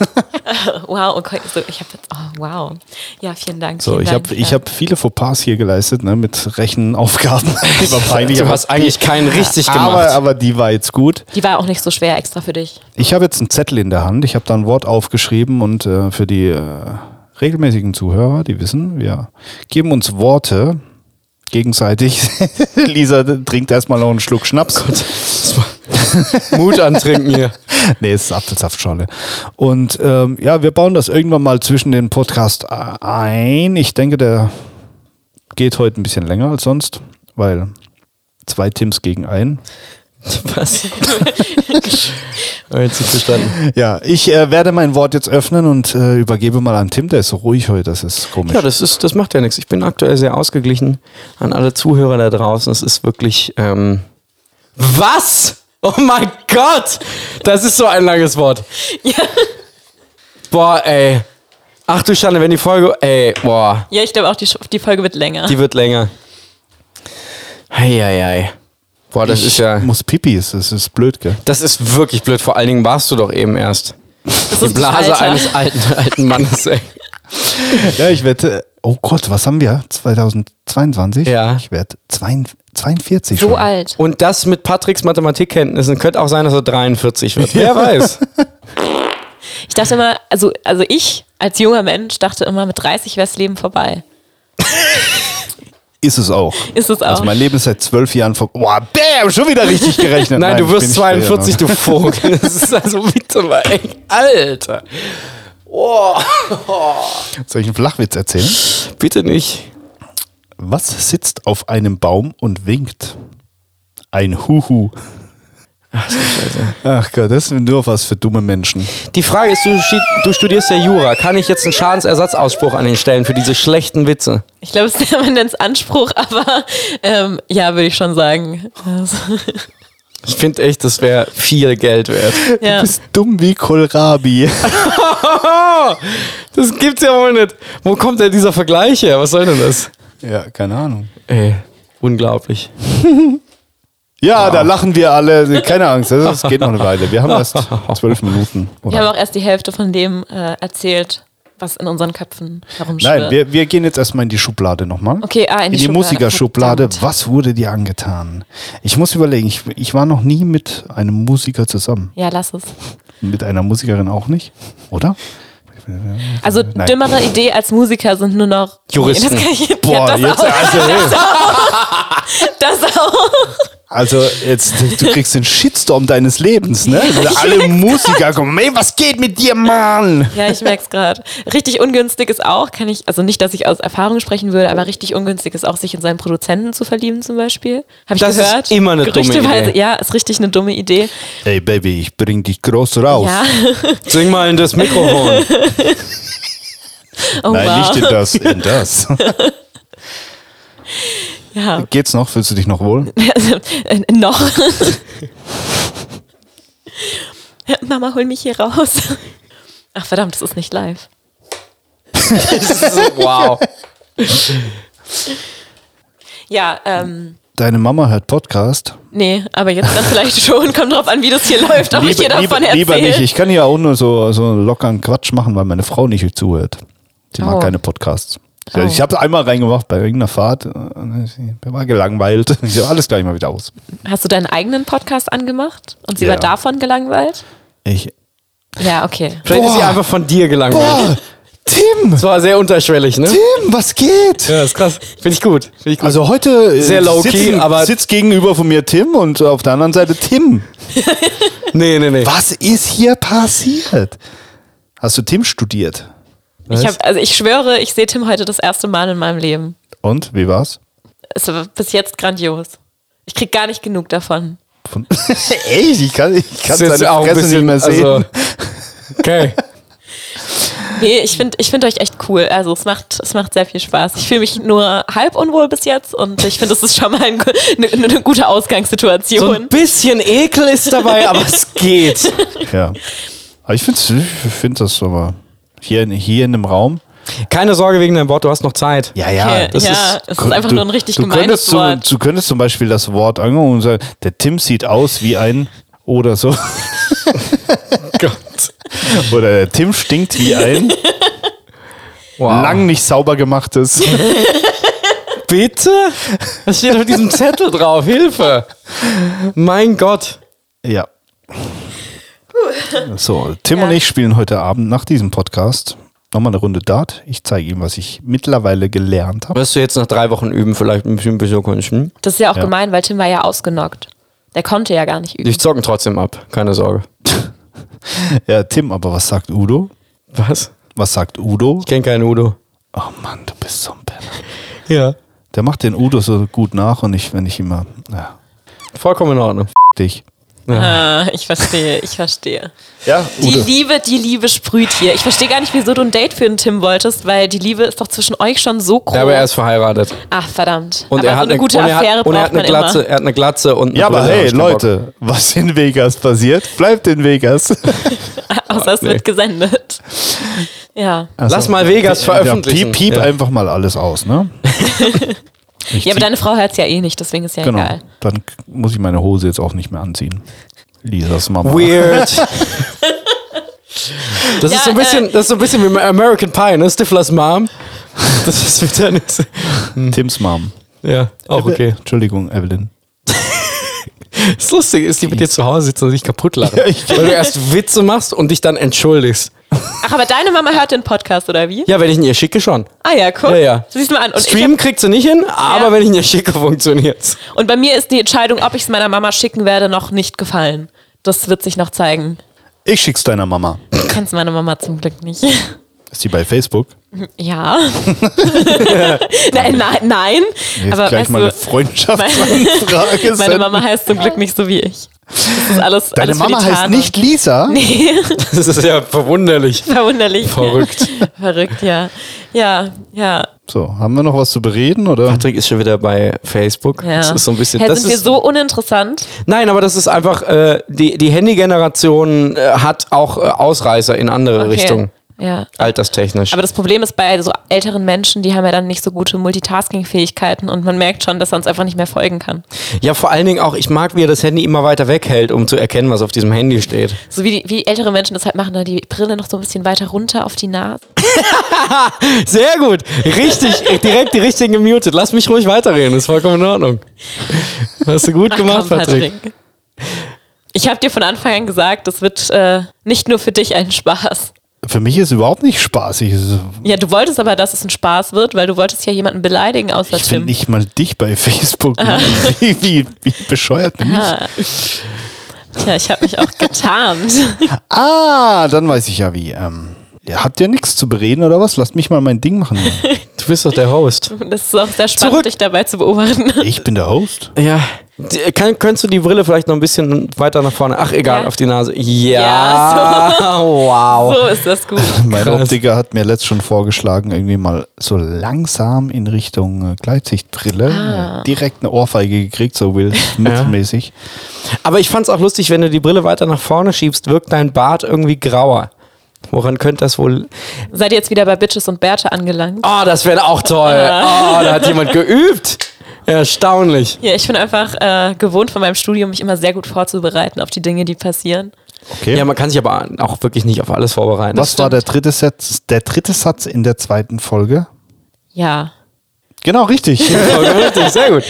Speaker 3: Wow, okay, so, ich habe jetzt, oh, wow. Ja, vielen Dank.
Speaker 1: So,
Speaker 3: vielen
Speaker 1: ich
Speaker 3: Dank.
Speaker 1: habe ich hab viele Fauxpas hier geleistet, ne, mit Rechenaufgaben. Die war peinlich,
Speaker 2: [laughs] Du
Speaker 1: aber-
Speaker 2: hast eigentlich keinen richtig gemacht.
Speaker 1: aber, aber die war jetzt gut.
Speaker 3: Die war auch nicht so schwer extra für dich. [laughs]
Speaker 1: Ich habe jetzt einen Zettel in der Hand. Ich habe da ein Wort aufgeschrieben und äh, für die äh, regelmäßigen Zuhörer, die wissen, wir geben uns Worte gegenseitig. [laughs] Lisa trinkt erstmal noch einen Schluck Schnaps.
Speaker 2: Mut antrinken hier.
Speaker 1: [laughs] Nee, es ist Apfelsaftschorle. Und ähm, ja, wir bauen das irgendwann mal zwischen den Podcast äh, ein. Ich denke, der geht heute ein bisschen länger als sonst, weil zwei Tims gegen einen.
Speaker 2: [laughs] Was? oh, jetzt nicht verstanden.
Speaker 1: Ja, ich äh, werde mein Wort jetzt öffnen und äh, übergebe mal an Tim. Der ist so ruhig heute, das ist komisch.
Speaker 2: Ja, das, ist, das macht ja nichts. Ich bin aktuell sehr ausgeglichen an alle Zuhörer da draußen. Es ist wirklich. Ähm, was? Oh mein Gott! Das ist so ein langes Wort. Boah, ey. Ach du Schande, wenn die Folge. Ey, boah,
Speaker 3: Ja, ich glaube auch, die, Sch- die Folge wird länger.
Speaker 2: die wird länger. Heieiei. Boah, das
Speaker 1: ich
Speaker 2: ist ja.
Speaker 1: muss Pipi, es ist, ist blöd, [laughs] gell?
Speaker 2: Das ist wirklich blöd. Vor allen Dingen warst du doch eben erst.
Speaker 3: das
Speaker 2: Die
Speaker 3: ist
Speaker 2: Blase
Speaker 3: Alter.
Speaker 2: eines alten, alten Mannes, ey.
Speaker 1: Ja, ich werde. Oh Gott, was haben wir? 2022?
Speaker 2: Ja.
Speaker 1: Ich werde 42
Speaker 3: So
Speaker 1: schon.
Speaker 3: alt.
Speaker 2: Und das mit Patricks Mathematikkenntnissen könnte auch sein, dass er 43 wird.
Speaker 1: [laughs]
Speaker 2: Wer weiß.
Speaker 3: Ich dachte immer, also, also ich als junger Mensch dachte immer, mit 30 wäre das Leben vorbei.
Speaker 1: Ist es auch.
Speaker 3: Ist es auch.
Speaker 1: Also mein Leben ist seit zwölf Jahren vor. Boah, bam, schon wieder richtig gerechnet.
Speaker 3: [laughs]
Speaker 2: Nein, du
Speaker 1: ich ne? bin
Speaker 2: wirst
Speaker 1: nicht
Speaker 2: 42,
Speaker 1: der,
Speaker 2: du Vogel. Das ist also bitte mal echt. Alter. Oh.
Speaker 1: ne? [laughs] Soll ich einen Flachwitz erzählen?
Speaker 2: Bitte nicht.
Speaker 1: Was sitzt auf einem Baum und winkt? Ein Huhu. Ach Gott, das ist nur was für dumme Menschen.
Speaker 2: Die Frage ist, du, schi- du studierst ja Jura. Kann ich jetzt einen Schadensersatzausspruch an den stellen für diese schlechten Witze?
Speaker 3: Ich glaube, es ist der [laughs] Mandants Anspruch, aber ähm, ja, würde ich schon sagen.
Speaker 1: [laughs]
Speaker 3: Also,
Speaker 2: Ich finde echt, das wäre viel Geld wert.
Speaker 3: ja.
Speaker 1: Du bist dumm wie
Speaker 3: [laughs]
Speaker 1: Kohlrabi.
Speaker 2: Das gibt's ja wohl nicht. Wo kommt denn dieser Vergleich her? Was soll denn das?
Speaker 1: ja, keine Ahnung.
Speaker 2: Ey, unglaublich.
Speaker 1: Ja, da lachen wir alle. Keine Angst, das das geht noch eine Weile. Wir haben erst zwölf Minuten.
Speaker 3: Wir
Speaker 1: Oder?
Speaker 3: haben auch erst die Hälfte von dem äh, erzählt, was in unseren Köpfen herumschwirrt.
Speaker 1: Nein, wir, wir gehen jetzt erstmal in die Schublade nochmal.
Speaker 3: Okay, ah, in
Speaker 1: in
Speaker 3: die
Speaker 1: die,
Speaker 3: Schublade.
Speaker 1: Musikerschublade.
Speaker 3: Verdammt.
Speaker 1: Was wurde dir angetan? Ich muss überlegen, ich, ich war noch nie mit einem Musiker zusammen.
Speaker 3: ja, lass es.
Speaker 1: Mit einer Musikerin auch nicht, oder?
Speaker 3: Also
Speaker 1: Nein.
Speaker 3: dümmere Idee als Musiker sind nur noch
Speaker 2: Juristen.
Speaker 3: Das kann ich,
Speaker 1: Boah,
Speaker 3: [laughs] ja, das
Speaker 1: jetzt,
Speaker 3: auch.
Speaker 1: also, hey.
Speaker 3: Das auch.
Speaker 1: also jetzt,
Speaker 3: [laughs]
Speaker 1: du kriegst den Shitstorm deines Lebens, ne? Alle Musiker kommen, ey, was geht mit dir, Mann?
Speaker 3: Ja, ich merk's gerade. Richtig ungünstig ist auch, kann ich, also nicht, dass ich aus Erfahrung sprechen würde, aber richtig ungünstig ist auch, sich in seinen Produzenten zu verlieben zum Beispiel. Hab ich
Speaker 2: Das ist
Speaker 3: gehört.
Speaker 2: immer eine dumme
Speaker 3: Gerüchteweise-
Speaker 2: Idee.
Speaker 3: Ja, ist richtig eine dumme Idee.
Speaker 1: Ey, Baby, ich bring dich groß raus.
Speaker 3: Ja.
Speaker 2: Sing mal in
Speaker 1: [laughs]
Speaker 2: das Mikrofon.
Speaker 3: Oh
Speaker 1: Nein,
Speaker 3: wow.
Speaker 1: nicht in das, in
Speaker 3: [laughs]
Speaker 1: das.
Speaker 3: ja.
Speaker 1: Geht's noch? Fühlst du dich noch wohl?
Speaker 3: Also, äh, noch. [laughs] Mama, hol mich hier raus. Ach verdammt, das ist nicht live.
Speaker 2: wow.
Speaker 3: Ja, ähm,
Speaker 1: Deine Mama hört Podcast.
Speaker 3: nee, aber jetzt dann vielleicht schon. Kommt drauf an, wie das hier läuft, ob ich hier davon
Speaker 1: lieber,
Speaker 3: erzähle.
Speaker 1: lieber nicht. Ich kann ja auch nur so, so lockeren Quatsch machen, weil meine Frau nicht zuhört. Die
Speaker 3: Oh.
Speaker 1: mag keine Podcasts.
Speaker 3: Oh.
Speaker 1: Ich habe einmal reingemacht bei irgendeiner Fahrt. äh, Ich war gelangweilt. [laughs] Ich habe alles gleich mal wieder aus.
Speaker 3: Hast du deinen eigenen Podcast angemacht und sie
Speaker 1: Ja.
Speaker 3: war davon gelangweilt?
Speaker 1: Ich,
Speaker 3: Ja, okay.
Speaker 2: Vielleicht ist sie
Speaker 1: Boah.
Speaker 2: einfach von dir gelangweilt.
Speaker 1: boah, Tim,
Speaker 2: Das war sehr unterschwellig, ne?
Speaker 1: Tim, was geht?
Speaker 2: Ja, ist krass. Finde ich gut. Finde ich gut.
Speaker 1: Also heute äh,
Speaker 2: Sehr low-key,
Speaker 1: sitzen-
Speaker 2: aber-
Speaker 1: sitzt gegenüber von mir Tim und auf der anderen Seite Tim.
Speaker 2: nee, nee, nee.
Speaker 1: Was ist hier passiert? Hast du Tim studiert?
Speaker 3: Ich hab, also ich schwöre, ich sehe Tim heute das erste Mal in meinem Leben.
Speaker 1: Und wie war's?
Speaker 3: Es war bis jetzt grandios. Ich krieg gar nicht genug davon.
Speaker 1: Von [laughs] Echt? Ich kann, ich kann
Speaker 2: Das ist jetzt
Speaker 1: seine
Speaker 2: auch ein
Speaker 1: Fresse
Speaker 2: bisschen,
Speaker 1: nicht mehr sehen.
Speaker 2: also- okay.
Speaker 3: Nee, ich finde ich find euch echt cool. Also es macht, es macht sehr viel Spaß. Ich fühle mich nur halb unwohl bis jetzt und ich finde, es ist schon mal ein, gu- eine, eine gute
Speaker 2: So ein
Speaker 3: Ausgangssituation.
Speaker 2: bisschen Ekel ist dabei, aber es geht.
Speaker 1: Ja. Aber ich finde ich find das aber hier in, hier in dem Raum.
Speaker 2: Keine Sorge wegen deinem Wort, du hast noch Zeit.
Speaker 1: Ja,
Speaker 3: Okay,
Speaker 2: das
Speaker 3: ja,
Speaker 2: ist-
Speaker 3: es ist einfach nur ein richtig
Speaker 1: du
Speaker 3: gemeines
Speaker 1: könntest,
Speaker 3: Wort.
Speaker 1: Du, du könntest zum Beispiel das Wort angucken und sagen, der Tim sieht aus wie ein oder so.
Speaker 2: [laughs] Gott.
Speaker 1: Oder der Tim stinkt wie ein
Speaker 2: [laughs] Wow.
Speaker 1: lang nicht sauber
Speaker 2: [laughs]
Speaker 1: gemachtes.
Speaker 2: bitte? Was steht auf diesem Zettel drauf? Hilfe! Mein Gott.
Speaker 1: Ja. So, Tim und ich spielen heute Abend nach diesem Podcast nochmal eine Runde Dart. Ich zeige ihm, was ich mittlerweile gelernt habe.
Speaker 2: Wirst du jetzt nach drei Wochen üben, vielleicht ein bisschen, ein bisschen können?
Speaker 3: Das ist ja auch
Speaker 1: Ja.
Speaker 3: gemein, weil Tim war ja ausgenockt. Der konnte ja gar nicht üben.
Speaker 2: Ich zocken trotzdem ab, keine Sorge.
Speaker 1: Ja, Tim, aber was sagt Udo?
Speaker 2: Was?
Speaker 1: Was sagt Udo?
Speaker 2: Ich kenne keinen Udo.
Speaker 1: Oh Mann, du bist so ein Penner.
Speaker 2: Ja.
Speaker 1: Der macht den Udo so gut nach und ich, wenn ich immer, ja,
Speaker 2: Vollkommen in Ordnung.
Speaker 1: dich.
Speaker 3: Ah, ich verstehe, ich verstehe.
Speaker 1: Ja,
Speaker 3: Die Liebe, die Liebe sprüht hier. Ich verstehe gar nicht, wieso du ein Date für den Tim wolltest, weil die Liebe ist doch zwischen euch schon so groß.
Speaker 2: Ja, aber er ist verheiratet.
Speaker 3: Ach, verdammt.
Speaker 2: Und
Speaker 3: aber
Speaker 2: er
Speaker 3: so
Speaker 2: hat
Speaker 3: eine gute
Speaker 2: und er
Speaker 3: Affäre
Speaker 2: hat, und er
Speaker 3: braucht
Speaker 2: hat eine
Speaker 3: man
Speaker 2: Glatze,
Speaker 3: immer.
Speaker 2: er hat eine Glatze und eine
Speaker 1: Ja, aber
Speaker 2: Brille, hab
Speaker 1: hey,
Speaker 2: ich keinen Bock.
Speaker 1: Leute, was in Vegas passiert, bleibt in Vegas.
Speaker 3: Außer es
Speaker 2: nee.
Speaker 3: wird gesendet. Ja.
Speaker 2: Lass mal Vegas veröffentlichen.
Speaker 1: Ja, piep, piep
Speaker 2: Ja.
Speaker 1: einfach mal alles aus,
Speaker 3: [laughs]
Speaker 1: ne?
Speaker 3: Ja, aber deine Frau hört es ja eh nicht, deswegen ist ja
Speaker 1: Genau.
Speaker 3: egal.
Speaker 1: Dann k- muss ich meine Hose jetzt auch nicht mehr anziehen. Lisas Mama.
Speaker 2: [laughs] Weird. Das, ist so ein
Speaker 3: Ja,
Speaker 2: bisschen,
Speaker 3: äh,
Speaker 2: das ist so ein bisschen wie American Pie, ne? Stiflers Mom. Das ist mit der
Speaker 1: Tims Mom.
Speaker 2: Ja, auch
Speaker 1: Evel-
Speaker 2: okay.
Speaker 1: Entschuldigung, Evelyn.
Speaker 2: Das Lustige ist, die mit dir zu Hause sitzen und sich kaputt [laughs] lachen.
Speaker 1: Ja, ich-
Speaker 2: weil du erst Witze machst und dich dann entschuldigst.
Speaker 3: Ach, aber deine Mama hört den Podcast, oder wie?
Speaker 2: Ja, wenn ich ihn ihr schicke, schon.
Speaker 3: Ah ja, guck.
Speaker 2: Ja, ja.
Speaker 3: Siehst du mal an. Und, ich
Speaker 2: Stream kriegt sie nicht hin, aber
Speaker 3: Ja.
Speaker 2: wenn ich ihn ihr schicke, funktioniert's.
Speaker 3: hab, und bei mir ist die Entscheidung, ob ich es meiner Mama schicken werde, noch nicht gefallen. Das wird sich noch zeigen.
Speaker 1: Ich schick's deiner Mama.
Speaker 3: Du kennst meine Mama zum Glück nicht. [laughs]
Speaker 1: Ist die bei Facebook?
Speaker 2: [laughs]
Speaker 3: Ja. [laughs] nein, nein, nein.
Speaker 1: Jetzt
Speaker 3: Aber
Speaker 1: gleich
Speaker 3: weißt
Speaker 1: mal eine
Speaker 3: du, [laughs]
Speaker 1: Freundschaftsanfrage.
Speaker 3: meine
Speaker 1: senden.
Speaker 3: Mama heißt zum Glück nicht so wie ich. Das ist alles,
Speaker 1: Deine
Speaker 3: alles
Speaker 1: Mama
Speaker 3: für die
Speaker 1: heißt
Speaker 3: Tarnung.
Speaker 1: nicht Lisa?
Speaker 2: Das ist ja verwunderlich.
Speaker 3: [laughs] Verwunderlich.
Speaker 2: Verrückt.
Speaker 3: Verrückt, ja. Ja, ja.
Speaker 1: So, haben wir noch was zu bereden oder?
Speaker 2: Patrick ist schon wieder bei Facebook.
Speaker 3: Ja.
Speaker 2: Das ist so ein bisschen.
Speaker 3: Herr,
Speaker 2: das
Speaker 3: sind wir
Speaker 2: ist,
Speaker 3: so uninteressant?
Speaker 2: Nein, aber das ist einfach, äh, die, die Handy-Generation äh, hat auch äh, Ausreißer in andere
Speaker 3: Okay.
Speaker 2: Richtungen.
Speaker 3: Ja.
Speaker 2: Alterstechnisch.
Speaker 3: Aber das Problem ist bei so älteren Menschen, die haben ja dann nicht so gute Multitasking-Fähigkeiten und man merkt schon, dass er uns einfach nicht mehr folgen kann.
Speaker 2: ja, vor allen Dingen auch, ich mag, wie er das Handy immer weiter weghält, um zu erkennen, was auf diesem Handy steht.
Speaker 3: So wie, die, wie ältere Menschen das halt machen, dann die Brille noch so ein bisschen weiter runter auf die Nase.
Speaker 2: Sehr gut. [laughs] Richtig, äh, direkt die richtigen gemutet. Lass mich ruhig weiterreden, ist vollkommen in Ordnung. Hast du gut
Speaker 3: Ach,
Speaker 2: gemacht,
Speaker 3: komm,
Speaker 2: Patrick.
Speaker 3: Ich habe dir von Anfang an gesagt, das wird äh, nicht nur für dich ein Spaß.
Speaker 1: Für mich ist es überhaupt nicht spaßig. Es ist-
Speaker 3: Ja, du wolltest aber, dass es ein Spaß wird, weil du wolltest ja jemanden beleidigen außer
Speaker 1: Ich
Speaker 3: Tim.
Speaker 1: finde nicht mal dich bei Facebook. Mann. [laughs] Wie, wie, wie bescheuert bin ich?
Speaker 3: ah, ich, ja, ich habe mich auch
Speaker 2: [laughs]
Speaker 3: getarnt.
Speaker 1: Ah, dann weiß ich ja wie. Ähm, ihr habt ja nichts zu bereden oder was? Lasst mich mal mein Ding
Speaker 2: [laughs]
Speaker 1: machen.
Speaker 2: Du bist doch der Host.
Speaker 3: Das ist auch sehr spannend,
Speaker 2: Zurück.
Speaker 3: dich dabei zu beobachten.
Speaker 1: Ich bin der Host.
Speaker 2: Ja. D- Kann, könntest du die Brille vielleicht noch ein bisschen weiter nach vorne? Ach, egal,
Speaker 3: Ja.
Speaker 2: auf die Nase.
Speaker 3: Ja,
Speaker 2: Ja, [laughs] wow.
Speaker 3: So ist das gut.
Speaker 1: Mein
Speaker 2: Krass.
Speaker 1: Optiker hat mir letzt schon vorgeschlagen, irgendwie mal so langsam in Richtung äh, Gleitsichtbrille
Speaker 2: Ah.
Speaker 1: äh, direkt eine Ohrfeige gekriegt, so Will Smith-mäßig.
Speaker 2: Aber ich fand's auch lustig, wenn du die Brille weiter nach vorne schiebst, wirkt dein Bart irgendwie grauer. Woran könnte das wohl.
Speaker 3: Seid ihr jetzt wieder bei Bitches und Berthe angelangt?
Speaker 2: Oh, das wäre auch toll. Oh, da hat jemand geübt. Erstaunlich.
Speaker 3: Ja, ich bin einfach äh, gewohnt von meinem Studium, mich immer sehr gut vorzubereiten auf die Dinge, die passieren.
Speaker 1: Okay.
Speaker 2: Ja, man kann sich aber auch wirklich nicht auf alles vorbereiten.
Speaker 1: was war der dritte Satz? Der dritte Satz in der zweiten Folge?
Speaker 3: Ja.
Speaker 1: Genau, richtig.
Speaker 2: Oh, richtig, sehr gut.